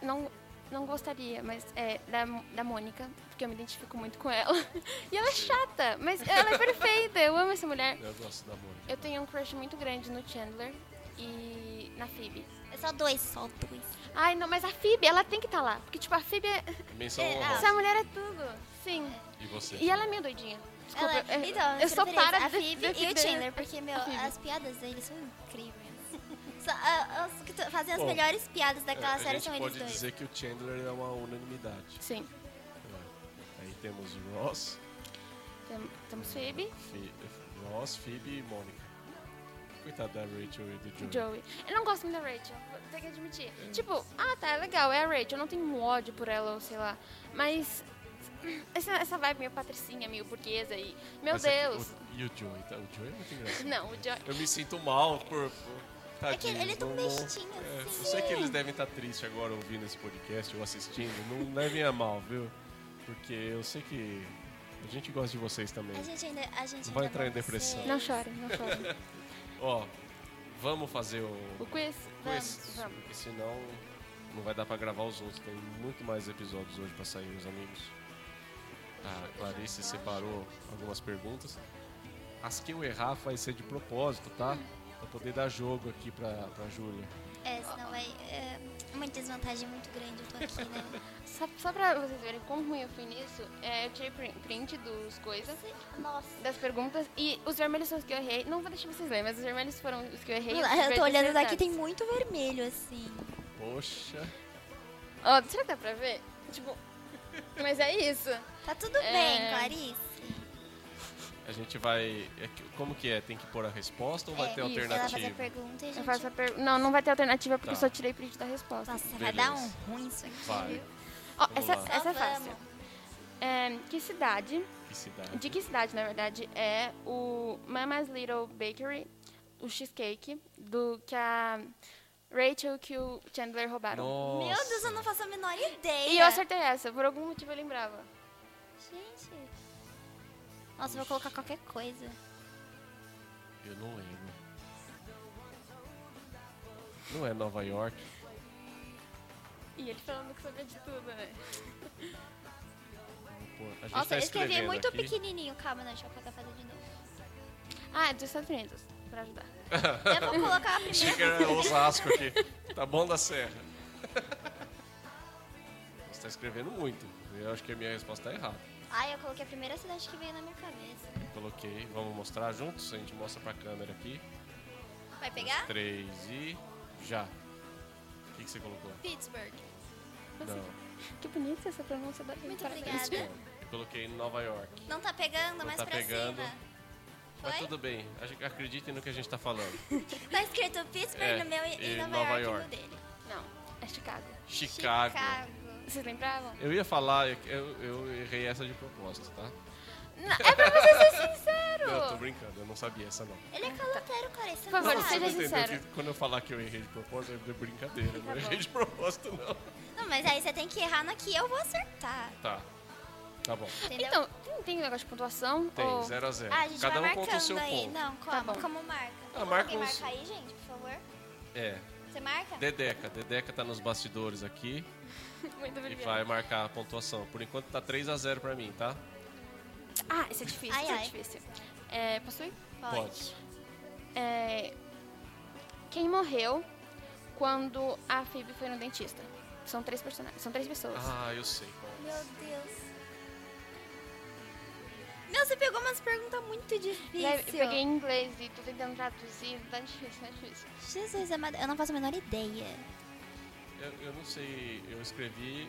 Speaker 2: Não, não gostaria, mas é da, da Mônica, porque eu me identifico muito com ela. E ela é chata, mas ela é perfeita. Eu amo essa mulher.
Speaker 6: Eu gosto da Mônica.
Speaker 2: Eu tenho um crush muito grande no Chandler e na Phoebe.
Speaker 1: É só dois, só dois.
Speaker 2: Ai, não, mas a Phoebe, ela tem que estar lá. Porque, tipo, a Phoebe é...
Speaker 6: Menção
Speaker 1: É,
Speaker 6: honrosa.
Speaker 2: Essa mulher é tudo. Sim.
Speaker 6: E você?
Speaker 2: E ela é meio doidinha. Desculpa.
Speaker 1: Ela-
Speaker 2: eu-
Speaker 1: então,
Speaker 2: eu sou
Speaker 1: prefiro
Speaker 2: para
Speaker 1: a
Speaker 2: de-
Speaker 1: Phoebe e o
Speaker 2: defender
Speaker 1: Chandler, porque, meu,
Speaker 2: a Phoebe.
Speaker 1: as piadas deles são incríveis. Só, ah, os que tu- fazem as
Speaker 6: Bom,
Speaker 1: melhores piadas daquela
Speaker 6: É, a
Speaker 1: série
Speaker 6: gente
Speaker 1: são eles
Speaker 6: pode
Speaker 1: dois.
Speaker 6: dizer que o Chandler é uma unanimidade.
Speaker 2: Sim.
Speaker 6: É. Aí temos o Ross,
Speaker 2: Tem- Temos Phoebe
Speaker 6: Fi- Ross, Phoebe e Mônica. Coitado da Rachel e do
Speaker 2: e
Speaker 6: Joey.
Speaker 2: Joey. Eu não gosto muito da Rachel, tem que admitir. Tipo, ah, tá, é legal, é a Rachel. Eu não tenho um ódio por ela, ou sei lá. Mas... Essa, essa vibe meio patricinha, meio burguesa e... Meu
Speaker 6: Mas é que
Speaker 2: Deus.
Speaker 6: o- e o Joey? tá? O Joey é muito engraçado.
Speaker 2: Não, o Joey...
Speaker 6: Eu me sinto mal por... por
Speaker 1: É que ele é tão
Speaker 6: Tadinhos, não-
Speaker 1: bestinho,
Speaker 6: É,
Speaker 1: assim.
Speaker 6: eu sei que eles devem estar tristes agora ouvindo esse podcast ou assistindo. Não levem a mal, viu? Porque eu sei que a gente gosta de vocês também.
Speaker 1: A gente ainda, a gente
Speaker 6: Vai
Speaker 1: ainda
Speaker 6: entrar em
Speaker 1: vai
Speaker 6: depressão.
Speaker 1: ser-
Speaker 2: Não chore, não chore.
Speaker 6: Ó, vamos fazer o...
Speaker 2: O quiz?
Speaker 6: quiz?
Speaker 2: Vamos, vamos.
Speaker 6: Porque senão não vai dar pra gravar os outros. Tem muito mais episódios hoje pra sair, meus amigos. A Clarice separou algumas perguntas. As que eu errar vai ser de propósito, tá? Pra poder dar jogo aqui pra, pra Júlia.
Speaker 1: É, senão vai... É uma desvantagem muito grande eu tô aqui, né?
Speaker 2: Só, só pra vocês verem como ruim eu fui nisso, é, eu tirei prin- print dos coisas,
Speaker 1: Nossa.
Speaker 2: das perguntas, e os vermelhos são os que eu errei. Não vou deixar vocês lerem, mas os vermelhos foram os que eu errei. os
Speaker 1: Eu tô
Speaker 2: verdes
Speaker 1: olhando daqui,
Speaker 2: acertados.
Speaker 1: tem muito vermelho, assim.
Speaker 6: Poxa.
Speaker 2: Ó, será que dá pra ver? Tipo... Mas é isso.
Speaker 1: Tá tudo
Speaker 2: É.
Speaker 1: bem, Clarice.
Speaker 6: A gente vai. é que- Como que é? Tem que pôr a resposta ou vai
Speaker 1: É,
Speaker 6: ter
Speaker 1: isso, Ela faz a
Speaker 6: alternativa?
Speaker 1: pergunta e a
Speaker 2: Eu
Speaker 1: gente...
Speaker 2: faço a per... Não, não vai ter alternativa porque
Speaker 6: Tá.
Speaker 2: eu só tirei print da resposta.
Speaker 1: Nossa, vai dar um
Speaker 6: Beleza.
Speaker 1: ruim isso aqui.
Speaker 6: Vai.
Speaker 2: Ó, essa,
Speaker 6: lá.
Speaker 2: essa é
Speaker 1: Só
Speaker 2: fácil.
Speaker 1: vamos.
Speaker 2: É, que cidade,
Speaker 6: Que cidade.
Speaker 2: de que cidade, na verdade, é o Mama's Little Bakery, o cheesecake, do que a Rachel que o Chandler roubaram?
Speaker 6: Nossa.
Speaker 1: Meu Deus, eu não faço a menor ideia.
Speaker 2: E eu acertei essa, por algum motivo eu lembrava.
Speaker 1: Gente. Nossa, eu vou colocar qualquer coisa.
Speaker 6: Eu não lembro. Não é Nova York.
Speaker 2: E ele falando que sabia de tudo, né?
Speaker 6: Pô, a
Speaker 1: Nossa,
Speaker 6: gente tá
Speaker 1: eu escrevi
Speaker 6: escrevendo
Speaker 1: muito
Speaker 6: aqui.
Speaker 1: pequenininho. Calma, não, deixa eu colocar fazer de novo.
Speaker 2: Ah, é dos Estados Unidos, pra ajudar.
Speaker 1: Eu vou colocar a
Speaker 6: Achei que
Speaker 1: primeira.
Speaker 6: era Osasco aqui. Tá bom da Serra. Você tá escrevendo muito. Eu acho que a minha resposta tá errada.
Speaker 1: Ai, eu coloquei a primeira cidade que veio na minha cabeça.
Speaker 6: Eu coloquei. Vamos mostrar juntos? A gente mostra pra câmera aqui.
Speaker 1: Vai pegar?
Speaker 6: Três e. Já. O que, que você colocou?
Speaker 1: Pittsburgh.
Speaker 6: Não.
Speaker 2: Que bonita essa pronúncia da
Speaker 1: Muito
Speaker 2: parabéns.
Speaker 1: obrigada.
Speaker 6: Eu coloquei Nova York.
Speaker 1: Não tá pegando,
Speaker 6: Não
Speaker 1: mas
Speaker 6: tá
Speaker 1: pra
Speaker 6: pegando.
Speaker 1: cima.
Speaker 6: Mas
Speaker 1: Foi?
Speaker 6: tudo bem. Ac- Acreditem no que a gente tá falando.
Speaker 1: Tá escrito Pittsburgh
Speaker 6: É,
Speaker 1: no meu e,
Speaker 6: e
Speaker 1: e Nova,
Speaker 6: Nova
Speaker 1: York,
Speaker 6: York.
Speaker 1: no dele.
Speaker 2: Não, é Chicago.
Speaker 6: Chicago.
Speaker 2: Vocês lembravam?
Speaker 6: Eu ia falar, eu, eu- eu errei essa de propósito, tá?
Speaker 2: Não, é pra você ser sincero!
Speaker 6: Não, eu tô brincando, eu não sabia essa não.
Speaker 1: Ele é caloteiro, cara. Esse
Speaker 2: Por favor,
Speaker 1: não,
Speaker 6: Você
Speaker 2: seja assim.
Speaker 6: não
Speaker 1: sabe.
Speaker 6: entendeu
Speaker 2: sincero.
Speaker 6: que quando eu falar que eu errei de propósito, é brincadeira. Eu não
Speaker 2: Tá
Speaker 6: errei
Speaker 2: bom.
Speaker 6: de propósito, não.
Speaker 1: não, mas aí você tem que errar na que eu vou acertar.
Speaker 6: Tá. Tá bom.
Speaker 1: Entendeu?
Speaker 2: Então, tem, tem negócio de pontuação?
Speaker 6: Tem,
Speaker 2: Ou-
Speaker 6: 0 a 0
Speaker 1: ah, a gente
Speaker 6: Cada
Speaker 1: vai
Speaker 6: um conta o seu
Speaker 1: marcando aí.
Speaker 6: ponto.
Speaker 1: Não, como,
Speaker 2: Tá bom.
Speaker 1: como marca?
Speaker 6: Ah, marca
Speaker 1: Alguém
Speaker 6: os-
Speaker 1: marca aí, gente, por favor?
Speaker 6: É.
Speaker 1: Você marca?
Speaker 6: Dedeca. Dedeca tá nos bastidores aqui
Speaker 2: Muito
Speaker 6: e
Speaker 2: obrigada.
Speaker 6: vai marcar a pontuação. Por enquanto tá 3 a 0 pra mim, tá?
Speaker 2: Ah, isso é difícil,
Speaker 1: Ai,
Speaker 2: isso
Speaker 1: ai.
Speaker 2: é difícil. É, posso ir?
Speaker 6: Pode.
Speaker 2: É, quem morreu quando a Phoebe foi no dentista? São três personagens, são três pessoas.
Speaker 6: Ah, eu sei. qual.
Speaker 1: Meu Deus. Meu, você pegou umas perguntas muito
Speaker 2: E aí, eu
Speaker 1: difíceis.
Speaker 2: peguei em inglês e tô tentando traduzir, tá difícil, tá difícil.
Speaker 1: Jesus amado, eu não faço a menor ideia.
Speaker 6: Eu, eu não sei, eu escrevi,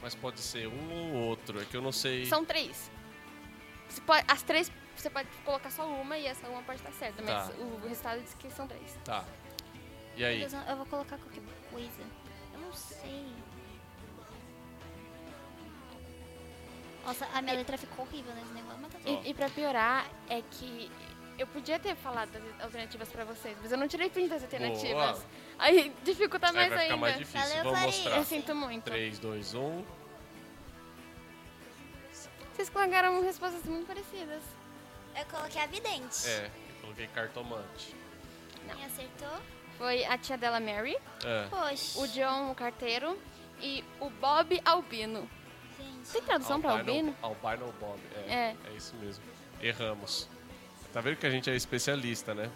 Speaker 6: mas pode ser um ou outro. É que eu não sei.
Speaker 2: São três. Você pode- as três, você pode colocar só uma e essa uma pode estar certa, mas
Speaker 6: Tá.
Speaker 2: o resultado diz que são três.
Speaker 6: Tá. E
Speaker 1: Meu
Speaker 6: aí?
Speaker 1: Deus, eu vou colocar qualquer coisa. Eu não sei. Nossa, a minha letra ficou horrível nesse negócio, mas tá tudo
Speaker 6: Ó.
Speaker 2: E, e pra piorar, é que eu podia ter falado as alternativas pra vocês, mas eu não tirei print das alternativas.
Speaker 6: Boa.
Speaker 2: Aí dificulta
Speaker 6: Aí
Speaker 2: mais
Speaker 6: vai ficar
Speaker 2: ainda.
Speaker 6: mais difícil.
Speaker 1: Valeu,
Speaker 6: Vamos
Speaker 1: Clarice.
Speaker 6: mostrar. um.
Speaker 2: eu sinto muito.
Speaker 6: 3, 2, 1.
Speaker 2: Vocês colocaram respostas muito parecidas.
Speaker 1: Eu coloquei a vidente.
Speaker 6: É, eu coloquei cartomante.
Speaker 1: Quem acertou?
Speaker 2: Foi a tia dela, Mary,
Speaker 6: É.
Speaker 1: Poxa.
Speaker 2: o John, o carteiro, e o Bob Albino.
Speaker 1: Gente,
Speaker 2: Tem tradução pra Albino?
Speaker 6: Albino Bob. É,
Speaker 2: É.
Speaker 6: é. isso mesmo. Erramos. Tá vendo que a gente é especialista, né?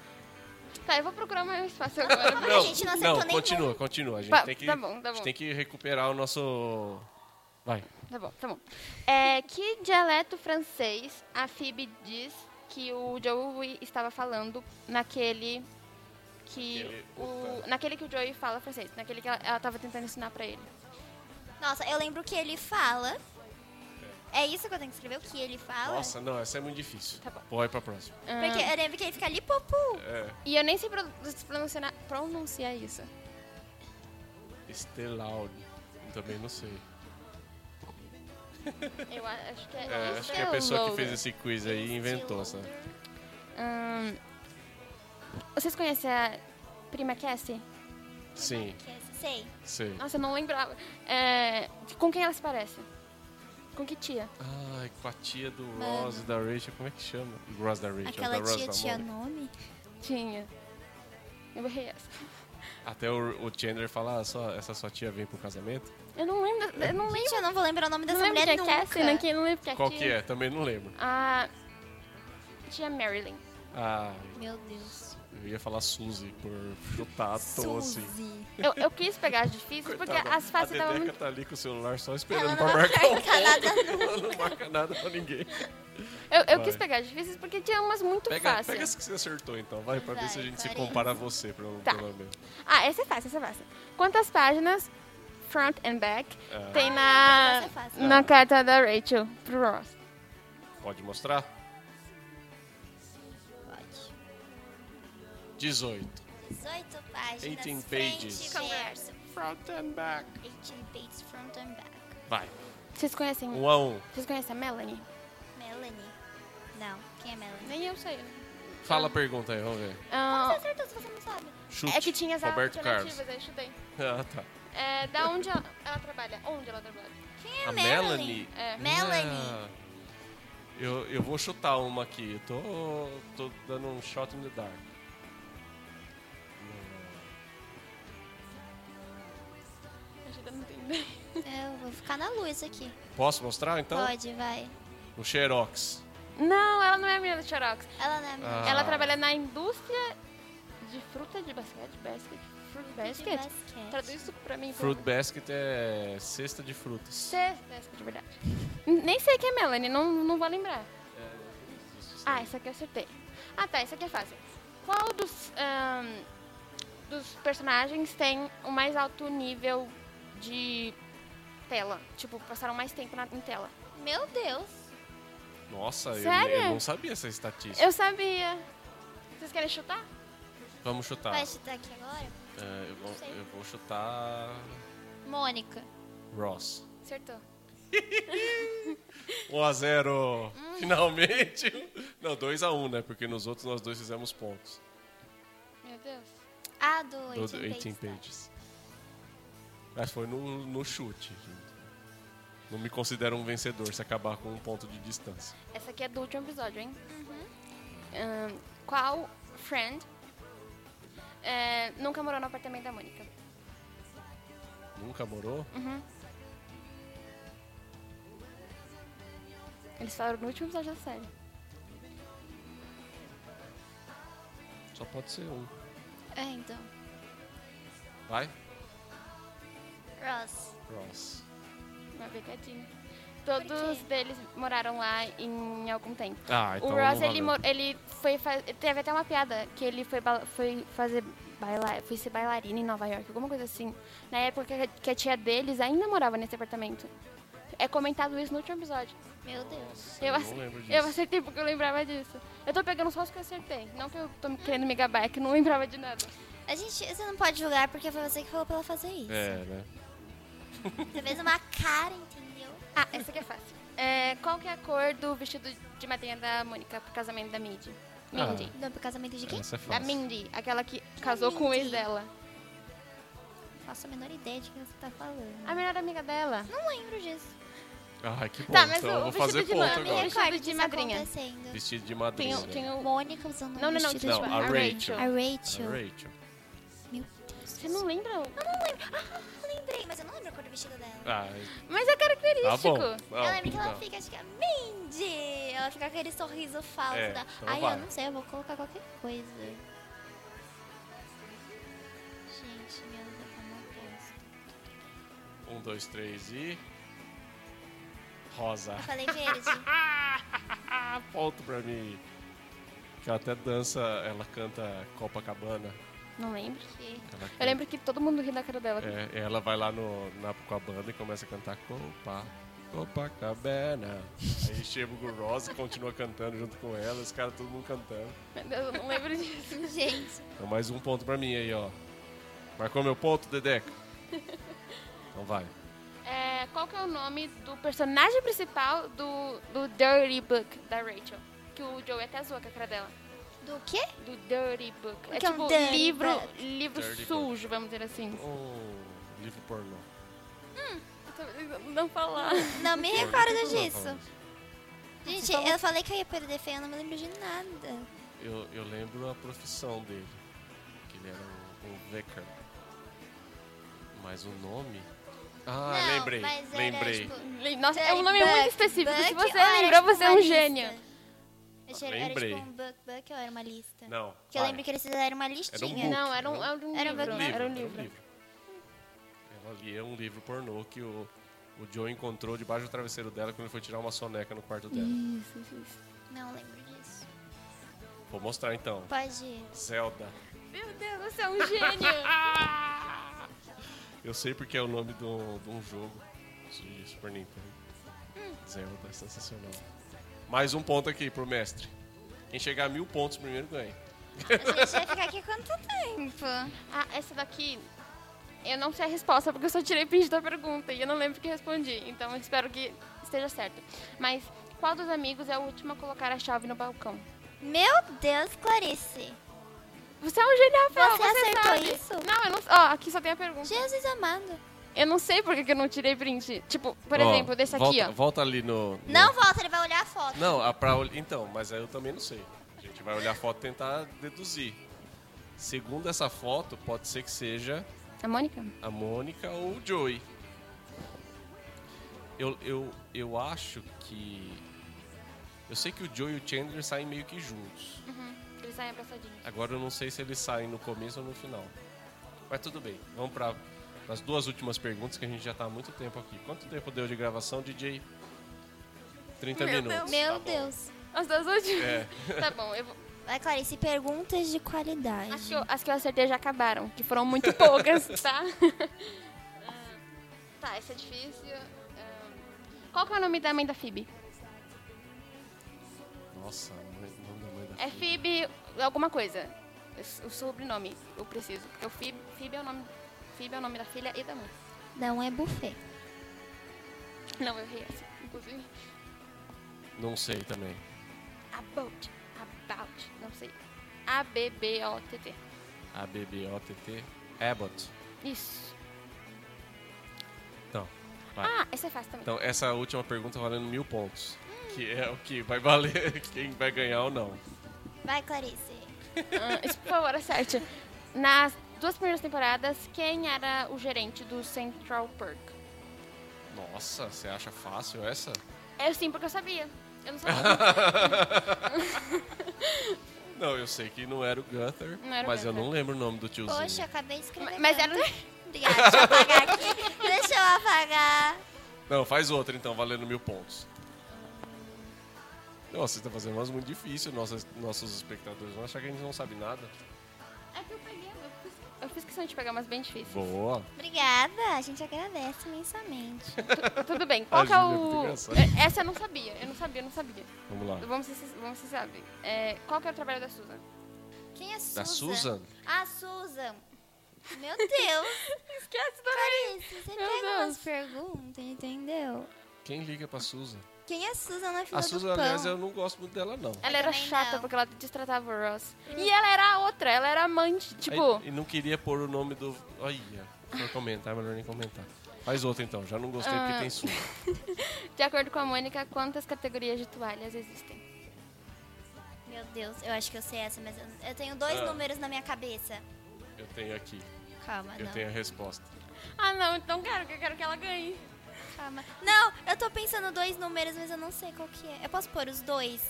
Speaker 2: Tá, eu vou procurar mais fácil agora.
Speaker 1: Mas a gente não acertou nenhum.
Speaker 6: continua, continua. A gente
Speaker 2: Tá,
Speaker 6: tem que,
Speaker 2: tá bom, tá
Speaker 6: a gente
Speaker 2: bom.
Speaker 6: tem que recuperar o nosso. Vai.
Speaker 2: Tá bom, tá bom. É, que dialeto francês a Phoebe diz que o Joey estava falando naquele que
Speaker 6: Aquele-
Speaker 2: o,
Speaker 6: Opa.
Speaker 2: naquele que o Joey fala francês, naquele que ela, ela tava tentando ensinar pra ele.
Speaker 1: nossa, eu lembro que ele fala. É isso que eu tenho que escrever? O que ele fala?
Speaker 6: Nossa, não, essa é muito difícil.
Speaker 2: Tá bom.
Speaker 6: Vai pra próxima.
Speaker 1: Porque eu lembro que ele fica ali, popu.
Speaker 6: É.
Speaker 2: E eu nem sei pro- pronunciar, pronunciar isso.
Speaker 6: Estelaud. Também não sei.
Speaker 2: Eu a- acho que é,
Speaker 6: É,
Speaker 2: isso.
Speaker 6: acho que a pessoa que fez
Speaker 2: Lola.
Speaker 6: esse quiz aí inventou, sabe?
Speaker 2: Ahn, vocês conhecem a Prima Cassie?
Speaker 6: Sim,
Speaker 1: Que é- Sei.
Speaker 6: sei.
Speaker 2: Nossa, eu não lembrava. É, com quem ela se parece? Com que tia?
Speaker 1: Ah.
Speaker 6: Ai, com a tia do Ross e da Rachel, como é que chama? Ross da Rachel,
Speaker 1: Aquela
Speaker 6: da Ross
Speaker 1: tia
Speaker 6: da
Speaker 1: tinha
Speaker 6: Mônica.
Speaker 1: nome?
Speaker 2: Tinha. Eu errei essa.
Speaker 6: Até o, o Chandler fala, ah, só, essa sua tia veio pro casamento?
Speaker 2: Eu não lembro, eu não
Speaker 1: Gente,
Speaker 2: lembro.
Speaker 1: eu não vou lembrar o nome
Speaker 2: Não
Speaker 1: dessa
Speaker 2: lembro
Speaker 1: mulher
Speaker 2: que é
Speaker 1: nunca.
Speaker 2: Cassie, né? Que eu não lembro que é
Speaker 6: Qual
Speaker 2: tia.
Speaker 6: que é? Também não lembro.
Speaker 2: A tia Marilyn.
Speaker 6: Ah,
Speaker 1: Meu Deus.
Speaker 6: eu ia falar Suzy por chutar à toa, assim.
Speaker 2: Eu, eu quis pegar as difíceis porque
Speaker 6: Coitada,
Speaker 2: as fáceis
Speaker 6: A
Speaker 2: estavam
Speaker 6: Dedeca
Speaker 2: muito...
Speaker 6: tá ali com o celular só esperando
Speaker 1: Ela não tá
Speaker 6: pra
Speaker 1: vai
Speaker 6: marcar um
Speaker 1: marcar nada
Speaker 6: ponto. Ela não marca nada pra ninguém.
Speaker 2: Eu, eu quis
Speaker 6: Vai.
Speaker 2: pegar as difíceis porque tinha umas muito
Speaker 6: Pega,
Speaker 2: fáceis.
Speaker 6: pega as que você acertou, então. Vai, pra ver se
Speaker 1: Vai,
Speaker 6: a gente se
Speaker 1: Clarice.
Speaker 6: compara a você, pelo,
Speaker 2: Tá.
Speaker 6: pelo menos.
Speaker 2: Ah, essa é fácil, essa é fácil. Quantas páginas, front and back,
Speaker 6: Ah.
Speaker 2: tem na,
Speaker 1: essa é fácil.
Speaker 2: na carta da Rachel pro Ross?
Speaker 6: Pode mostrar?
Speaker 1: Pode.
Speaker 6: 18.
Speaker 1: 18 páginas.
Speaker 6: 18
Speaker 1: frente e
Speaker 6: pages.
Speaker 1: verso.
Speaker 6: Front and back.
Speaker 1: 18 pages front and back.
Speaker 6: Vai.
Speaker 2: Vocês conhecem,
Speaker 6: Um a um.
Speaker 2: vocês conhecem a Melanie?
Speaker 1: Melanie. Não, quem é Melanie?
Speaker 2: Nem eu sei.
Speaker 6: Fala a pergunta aí, vamos ver.
Speaker 1: Você
Speaker 2: Ah,
Speaker 1: acertou se você não sabe.
Speaker 6: Chute.
Speaker 2: é que tinha as
Speaker 6: Roberto
Speaker 2: alternativas,
Speaker 6: Carlos.
Speaker 2: aí chutei.
Speaker 6: Ah, tá.
Speaker 2: É, da onde ela, ela trabalha? Onde ela trabalha?
Speaker 1: Quem é
Speaker 6: A Melanie.
Speaker 2: É.
Speaker 1: Melanie.
Speaker 6: Ah. Eu, eu vou chutar uma aqui. Eu tô, tô dando um shot in the dark.
Speaker 2: Ajuda, não tem ideia.
Speaker 1: Eu vou ficar na luz aqui.
Speaker 6: Posso mostrar então?
Speaker 1: Pode, vai.
Speaker 6: O Xerox.
Speaker 2: Não, ela não é a menina do Xerox.
Speaker 1: Ela não é Melanie.
Speaker 6: Ah.
Speaker 2: Ela trabalha na indústria de fruta de basquete, basket, fruit basket.
Speaker 1: basquete.
Speaker 2: Traduz isso pra mim. por
Speaker 6: Fruit
Speaker 2: favor.
Speaker 6: Basket é cesta de frutas.
Speaker 2: Cê- basket, de verdade. N- Nem sei quem é Melanie, não, não vou lembrar. Ah, essa aqui eu acertei. Ah, tá, essa aqui é fácil. Qual dos, ahn, dos personagens tem o mais alto nível de tela? Tipo, passaram mais tempo na, em tela.
Speaker 1: Meu Deus.
Speaker 6: Nossa, eu,
Speaker 2: Sério?
Speaker 6: eu não sabia essa estatística.
Speaker 2: Eu sabia. Vocês querem chutar?
Speaker 6: Vamos chutar.
Speaker 1: Vai chutar aqui agora?
Speaker 6: É, eu, vou,
Speaker 1: sei.
Speaker 6: eu vou chutar.
Speaker 1: Mônica.
Speaker 6: Ross.
Speaker 2: Acertou.
Speaker 6: 1x0,
Speaker 2: Hum.
Speaker 6: finalmente. Não, 2x1, né? Porque nos outros nós dois fizemos pontos.
Speaker 2: Meu Deus.
Speaker 1: Ah, do tá. 18
Speaker 6: Do 18
Speaker 2: tá.
Speaker 6: Pages. Mas foi no, no chute, gente. Não me considero um vencedor se acabar com um ponto de distância.
Speaker 2: Essa aqui é do último episódio, hein? Ahn, qual friend é, nunca morou no apartamento da Mônica?
Speaker 6: Nunca morou?
Speaker 2: Hum. Eles falaram no último episódio da série.
Speaker 6: Só pode ser um.
Speaker 1: É, então.
Speaker 6: Vai?
Speaker 1: Ross.
Speaker 6: Ross.
Speaker 2: Uma pegadinha. Todos deles moraram lá em algum tempo.
Speaker 6: Ah, então
Speaker 2: o Ross,
Speaker 6: não
Speaker 2: ele,
Speaker 6: valeu.
Speaker 2: mor- ele foi fa- teve até uma piada que ele foi, ba- foi fazer baila foi ser bailarina em Nova York, alguma coisa assim. Na época que a- que a tia deles ainda morava nesse apartamento. É comentado isso no último episódio.
Speaker 1: Meu Deus.
Speaker 2: Eu,
Speaker 6: não
Speaker 2: ace-
Speaker 6: lembro disso.
Speaker 2: eu acertei porque eu lembrava disso. Eu tô pegando só os que eu acertei. Não que eu tô me- querendo me gabar, é que eu não lembrava de nada.
Speaker 1: A gente, você não pode julgar porque foi você que falou pra ela fazer isso.
Speaker 6: É, né?
Speaker 1: Você fez uma cara, entendeu?
Speaker 2: Ah, essa aqui é fácil. É, qual que é a cor do vestido de madrinha da Mônica pro casamento da Mindy? Mindy.
Speaker 1: Não, pro casamento de quem?
Speaker 6: Essa é
Speaker 2: Da
Speaker 6: Ah, fácil.
Speaker 2: Mindy, aquela que casou com o ex
Speaker 1: Mindy?
Speaker 2: dela.
Speaker 1: Faço a menor ideia de quem você tá falando.
Speaker 2: A melhor amiga dela.
Speaker 1: Não lembro disso.
Speaker 6: Ah, que bom.
Speaker 2: Tá, mas
Speaker 6: então
Speaker 2: o
Speaker 6: eu vou
Speaker 2: vestido
Speaker 6: fazer
Speaker 2: de
Speaker 6: ponto
Speaker 2: madrinha-
Speaker 6: agora.
Speaker 2: Vestido é de madrinha.
Speaker 1: acontecendo.
Speaker 6: Vestido de
Speaker 2: Tem,
Speaker 6: madrinha.
Speaker 2: o- tem um o...
Speaker 1: Mônica usando
Speaker 2: Não,
Speaker 1: um
Speaker 2: não, não.
Speaker 1: vestido
Speaker 6: Não,
Speaker 1: de
Speaker 6: a
Speaker 1: madrinha.
Speaker 6: Rachel.
Speaker 1: A Rachel.
Speaker 6: Rachel.
Speaker 1: Meu Deus.
Speaker 2: Você não lembra?
Speaker 1: Eu não lembro. Ah, lembrei, mas eu não lembro a cor do vestido dela.
Speaker 6: Ah, então.
Speaker 2: Mas é
Speaker 6: tá
Speaker 2: característico.
Speaker 6: bom. tá.
Speaker 1: eu lembro que ela
Speaker 6: Não.
Speaker 1: fica, acho que é Mindy. Ela fica com aquele sorriso falso.
Speaker 6: É,
Speaker 1: da...
Speaker 6: então
Speaker 1: Ai,
Speaker 6: vai.
Speaker 1: eu não sei, eu vou colocar qualquer coisa. Gente, meu Deus, eu não posso.
Speaker 6: Um, dois, três e. Rosa.
Speaker 1: Eu falei verde.
Speaker 6: Ah, ponto pra mim. Que ela até dança, ela canta Copacabana.
Speaker 2: Não lembro.
Speaker 6: Ela canta-
Speaker 2: Eu lembro que todo mundo ri da cara dela.
Speaker 6: É, ela vai lá no, na, com a banda e começa a cantar Copa, Copacabana. Aí chega o Rosa e continua cantando junto com ela, os caras todo mundo cantando.
Speaker 2: Meu Deus, eu não lembro disso.
Speaker 1: Gente,
Speaker 6: Então mais um ponto pra mim aí, ó. Marcou meu ponto, Dedeca? Então vai.
Speaker 2: É, qual que é o nome do personagem principal do, do Dirty Book da Rachel? Que o Joey é até zoa com a cara dela.
Speaker 1: do quê?
Speaker 2: Do Dirty Book.
Speaker 1: que é um
Speaker 2: tipo
Speaker 1: dirty
Speaker 2: livro,
Speaker 1: book?
Speaker 2: livro
Speaker 6: Dirty
Speaker 2: sujo, vamos dizer assim.
Speaker 6: Um livro pornô.
Speaker 2: Não falar.
Speaker 1: Não me recordo
Speaker 6: Pornô.
Speaker 1: disso. Gente, eu falei que eu ia perder feio, eu não me lembro de nada.
Speaker 6: Eu, eu lembro a profissão dele. Que ele era um, um vicar. Mas o nome. Ah,
Speaker 1: não,
Speaker 6: lembrei.
Speaker 1: mas era,
Speaker 6: lembrei.
Speaker 1: tipo,
Speaker 2: Nossa, é um
Speaker 1: Dirty
Speaker 2: nome
Speaker 1: Buck,
Speaker 2: muito específico. Se
Speaker 1: Buck,
Speaker 2: você
Speaker 1: ou era,
Speaker 2: lembrou,
Speaker 1: tipo,
Speaker 2: você é
Speaker 1: uma
Speaker 2: um
Speaker 1: lista?
Speaker 2: gênio.
Speaker 1: Acho que Era, era
Speaker 6: Lembrei.
Speaker 1: tipo um buck, buck ou era uma lista?
Speaker 6: Não.
Speaker 1: Porque eu
Speaker 6: vai.
Speaker 1: lembro que eles fizeram uma listinha.
Speaker 6: book.
Speaker 2: Não, era um, era um
Speaker 1: Era um
Speaker 2: livro.
Speaker 1: book.
Speaker 6: livro,
Speaker 2: Era um livro.
Speaker 6: Ela lia um livro pornô que o, o Joe encontrou debaixo do travesseiro dela quando ele foi tirar uma soneca no quarto dela.
Speaker 1: Hum.
Speaker 2: Isso, isso, isso.
Speaker 1: Não lembro disso.
Speaker 6: Vou mostrar então.
Speaker 1: Pode ir.
Speaker 6: Zelda.
Speaker 2: Meu Deus, você é um gênio.
Speaker 6: Eu sei porque é o nome de um, de um jogo de Super Nintendo.
Speaker 2: Hum.
Speaker 6: Zelda, é sensacional. Mais um ponto aqui pro mestre. Quem chegar a mil pontos primeiro ganha.
Speaker 1: A gente vai ficar aqui quanto tempo?
Speaker 2: ah, essa daqui Eu não sei a resposta porque eu só tirei print da pergunta e eu não lembro o que respondi. Então eu espero que esteja certo. Mas qual dos amigos é o último a colocar a chave no balcão?
Speaker 1: Meu Deus, Clarice.
Speaker 2: Você é um gênio, Rafael.
Speaker 1: Você
Speaker 2: Você,
Speaker 1: acertou
Speaker 2: sabe.
Speaker 1: isso?
Speaker 2: Não, eu não. Ó, aqui só tem a pergunta.
Speaker 1: Jesus amado.
Speaker 2: Eu não sei porque que eu não tirei print. Tipo, por
Speaker 6: Ó,
Speaker 2: exemplo, desse
Speaker 6: volta,
Speaker 2: aqui, ó.
Speaker 6: Volta ali no. no-
Speaker 1: Não volta, ele vai olhar a foto.
Speaker 6: Não, a pra, ol- então, mas aí eu também não sei. A gente vai olhar a foto e tentar deduzir. Segundo essa foto, pode ser que seja
Speaker 2: A Mônica?
Speaker 6: a Mônica ou o Joey. Eu, eu, eu acho que. Eu sei que o Joey e o Chandler saem meio que juntos.
Speaker 2: Eles saem abraçadinhos.
Speaker 6: Agora eu não sei se eles saem no começo ou no final. Mas tudo bem, vamos para as duas últimas perguntas que a gente já tá há muito tempo aqui. Quanto tempo deu de gravação, DJ? 30
Speaker 2: Meu
Speaker 6: minutos.
Speaker 1: Meu
Speaker 6: tá bom.
Speaker 1: Deus.
Speaker 2: As duas últimas?
Speaker 6: É.
Speaker 2: Tá bom, eu vou.
Speaker 1: Vai, Clarice, perguntas de qualidade.
Speaker 2: As que, eu, as que eu acertei já acabaram, que foram muito poucas, tá? Ah, tá, essa é difícil. Ah, qual que é o nome da mãe da Phoebe?
Speaker 6: Nossa, a mãe, o nome da mãe da
Speaker 2: É
Speaker 6: filha.
Speaker 2: Phoebe alguma coisa. Es- O sobrenome, eu preciso. Porque o Phoebe, Phoebe, é o nome, Phoebe é o nome da filha e da mãe.
Speaker 1: Não é buffet.
Speaker 2: Não, eu errei essa, inclusive.
Speaker 6: Não sei também.
Speaker 2: About. About. Não sei. A-B-B-O-T-T.
Speaker 6: A-B-B-O-T-T. Abbott.
Speaker 2: Isso.
Speaker 6: Então, vai.
Speaker 2: Ah, essa é fácil também.
Speaker 6: Então, essa última pergunta valendo mil pontos. Que é o que vai valer quem vai ganhar ou não.
Speaker 1: Vai, Clarice.
Speaker 2: Ah, isso, por favor, acerte. Nas duas primeiras temporadas, quem era o gerente do Central Park?
Speaker 6: Nossa, você acha fácil essa?
Speaker 2: Eu É, sim, porque eu sabia. Eu não sabia.
Speaker 6: Não, eu sei que não era o Gunther,
Speaker 2: Não era o
Speaker 6: mas eu
Speaker 2: Gunther.
Speaker 6: não lembro o nome do tiozinho.
Speaker 1: Poxa, eu acabei de escrever.
Speaker 2: Mas era. um
Speaker 1: tanto. Obrigada, deixa eu apagar aqui. Deixa eu apagar.
Speaker 6: Não, faz outra então, valendo mil pontos. Nossa, você tá fazendo umas muito difícil, nossos, nossos espectadores vão achar que a gente não sabe nada.
Speaker 2: É que eu peguei, eu fiz, eu fiz questão de pegar umas bem difíceis.
Speaker 6: Boa!
Speaker 1: Obrigada, a gente agradece imensamente.
Speaker 2: Tudo bem, qual que é
Speaker 6: Júlia é muito
Speaker 2: o.
Speaker 6: engraçada.
Speaker 2: É, Essa eu não sabia, eu não sabia, eu não sabia.
Speaker 6: Vamos lá.
Speaker 2: Vamos ver se, vamos ver se sabe. É, qual que é o trabalho da Susan?
Speaker 1: Quem é Susan?
Speaker 6: Da Susan?
Speaker 1: Ah, Susan. Meu Deus.
Speaker 2: Esquece
Speaker 1: Clarice, você
Speaker 2: Meu
Speaker 1: pega
Speaker 2: Deus.
Speaker 1: umas perguntas, entendeu?
Speaker 6: Quem liga pra Susan?
Speaker 1: Quem é Susan na fila
Speaker 6: A
Speaker 1: do
Speaker 6: Susan,
Speaker 1: pão?
Speaker 6: aliás, eu não gosto muito dela, não.
Speaker 2: Ela era
Speaker 1: também
Speaker 2: chata
Speaker 1: não.
Speaker 2: porque ela destratava o Ross. E ela era a outra, ela era amante. Tipo,
Speaker 6: E não queria pôr o nome do. Olha, foi comentar, é melhor nem comentar. Faz outra então, já não gostei porque
Speaker 2: Ah.
Speaker 6: tem Susan.
Speaker 2: de acordo com a Mônica, quantas categorias de toalhas existem?
Speaker 1: Meu Deus, eu acho que eu sei essa, mas eu, eu tenho dois
Speaker 6: Ah.
Speaker 1: números na minha cabeça.
Speaker 6: Eu tenho aqui,
Speaker 1: Calma,
Speaker 6: eu
Speaker 1: não.
Speaker 6: tenho a resposta.
Speaker 2: Ah, não, então quero, que eu quero que ela ganhe.
Speaker 1: Calma. Não, eu tô pensando dois números, mas eu não sei qual que é. Eu posso pôr os dois?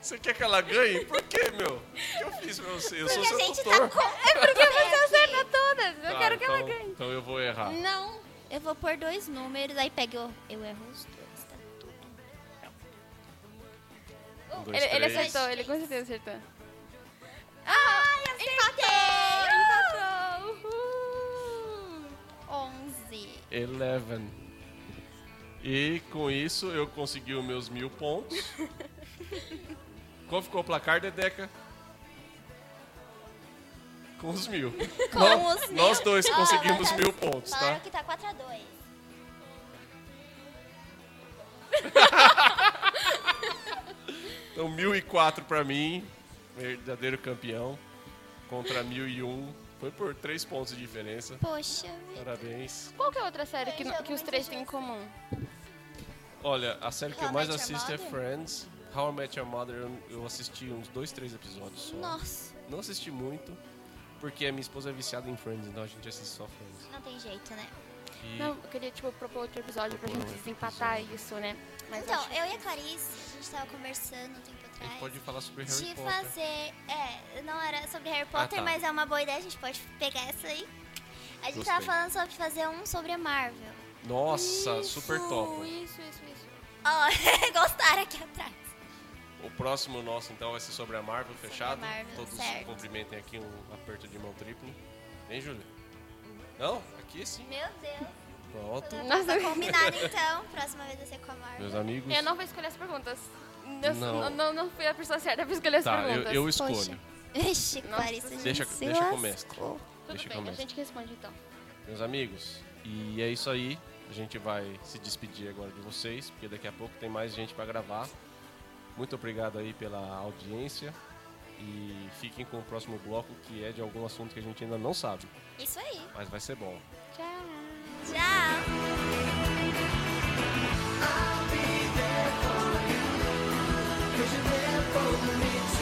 Speaker 6: Você quer que ela ganhe? Por quê, meu? O que eu fiz pra você? Eu sou
Speaker 1: Porque a
Speaker 6: seu
Speaker 1: gente
Speaker 6: tutor.
Speaker 1: tá com... É porque você
Speaker 2: Acerta todas, eu
Speaker 6: Tá,
Speaker 2: quero que ela
Speaker 6: então-
Speaker 2: ganhe.
Speaker 6: Então eu vou errar.
Speaker 2: Não.
Speaker 1: Eu vou pôr dois números, aí pega eu, eu erro os dois, tá?
Speaker 6: Um,
Speaker 2: Hum.
Speaker 6: dois,
Speaker 2: Ele, ele
Speaker 6: três.
Speaker 2: acertou, ele com certeza acertou.
Speaker 6: Ah,
Speaker 1: Ai, acertei!
Speaker 2: Empatou! Uhul!
Speaker 6: Ah!
Speaker 1: Onze.
Speaker 6: 11. E com isso eu consegui os meus mil pontos. Qual ficou o placar, Dedeca? Com os mil.
Speaker 1: Com
Speaker 6: Nó-
Speaker 1: os mil.
Speaker 6: Nós dois
Speaker 1: Ah,
Speaker 6: conseguimos
Speaker 1: tá-
Speaker 6: mil pontos,
Speaker 1: Falaram
Speaker 6: tá?
Speaker 1: que tá 4 a 2.
Speaker 6: Então, 1004 pra mim, verdadeiro campeão, contra 1001. Foi por três pontos de diferença.
Speaker 1: Poxa vida.
Speaker 6: Parabéns.
Speaker 2: Qual que é a outra série que,
Speaker 1: Gente, eu
Speaker 2: que os
Speaker 1: muito
Speaker 2: três têm em
Speaker 1: justo.
Speaker 2: comum?
Speaker 6: Olha, a série que eu
Speaker 1: How I
Speaker 6: mais
Speaker 1: Met Your
Speaker 6: assisto é
Speaker 1: Mother?
Speaker 6: Friends. How I Met Your Mother eu- eu assisti uns dois, três episódios só.
Speaker 1: Nossa,
Speaker 6: Não assisti muito, porque a minha esposa é viciada em Friends, então a gente assiste só Friends.
Speaker 1: não tem jeito, né?
Speaker 6: E é
Speaker 2: Não, eu queria, tipo, propor outro episódio pra
Speaker 6: Propor
Speaker 2: gente
Speaker 6: outro
Speaker 2: desempatar isso, né? Mas
Speaker 1: então,
Speaker 2: acho-
Speaker 1: eu e a Clarice, a gente tava conversando um tempo
Speaker 6: a gente
Speaker 1: atrás.
Speaker 6: pode falar sobre Harry
Speaker 1: De
Speaker 6: Potter.
Speaker 1: fazer. É, não era sobre Harry Potter,
Speaker 6: tá.
Speaker 1: mas é uma boa ideia, a gente pode pegar essa aí. A gente
Speaker 6: Gostei.
Speaker 1: tava falando sobre fazer um sobre a Marvel.
Speaker 6: Nossa,
Speaker 2: Isso,
Speaker 6: super top.
Speaker 2: Isso, isso, isso.
Speaker 1: Ó, gostaram aqui atrás.
Speaker 6: O próximo nosso, então, vai ser sobre a Marvel, fechado.
Speaker 1: a Marvel,
Speaker 6: Todos
Speaker 1: certo.
Speaker 6: cumprimentem aqui um aperto de mão triplo. Hein, Júlia? Não? Aqui sim.
Speaker 1: Meu Deus.
Speaker 6: Pronto.
Speaker 1: Nossa. Combinado então. Próxima vez vai ser com a Marvel.
Speaker 6: Meus amigos.
Speaker 2: Eu não vou escolher as perguntas. Eu
Speaker 6: Não.
Speaker 2: não, não, não fui a pessoa certa pra escolher as
Speaker 6: Tá, eu,
Speaker 2: perguntas.
Speaker 6: eu escolho.
Speaker 1: Poxa. Vixe, Clarice. a gente
Speaker 6: Deixa-
Speaker 1: se
Speaker 6: deixa com o mestre.
Speaker 1: lascou.
Speaker 2: Tudo
Speaker 6: Deixa
Speaker 2: bem, a
Speaker 6: comigo.
Speaker 2: gente que responde então.
Speaker 6: meus amigos. E é isso aí. A gente vai se despedir agora de vocês, porque daqui a pouco tem mais gente para gravar. Muito obrigado aí pela audiência. E fiquem com o próximo bloco, que é de algum assunto que a gente ainda não sabe,
Speaker 1: Isso aí.
Speaker 6: mas vai ser bom.
Speaker 1: Tchau.
Speaker 8: Cause you're there for me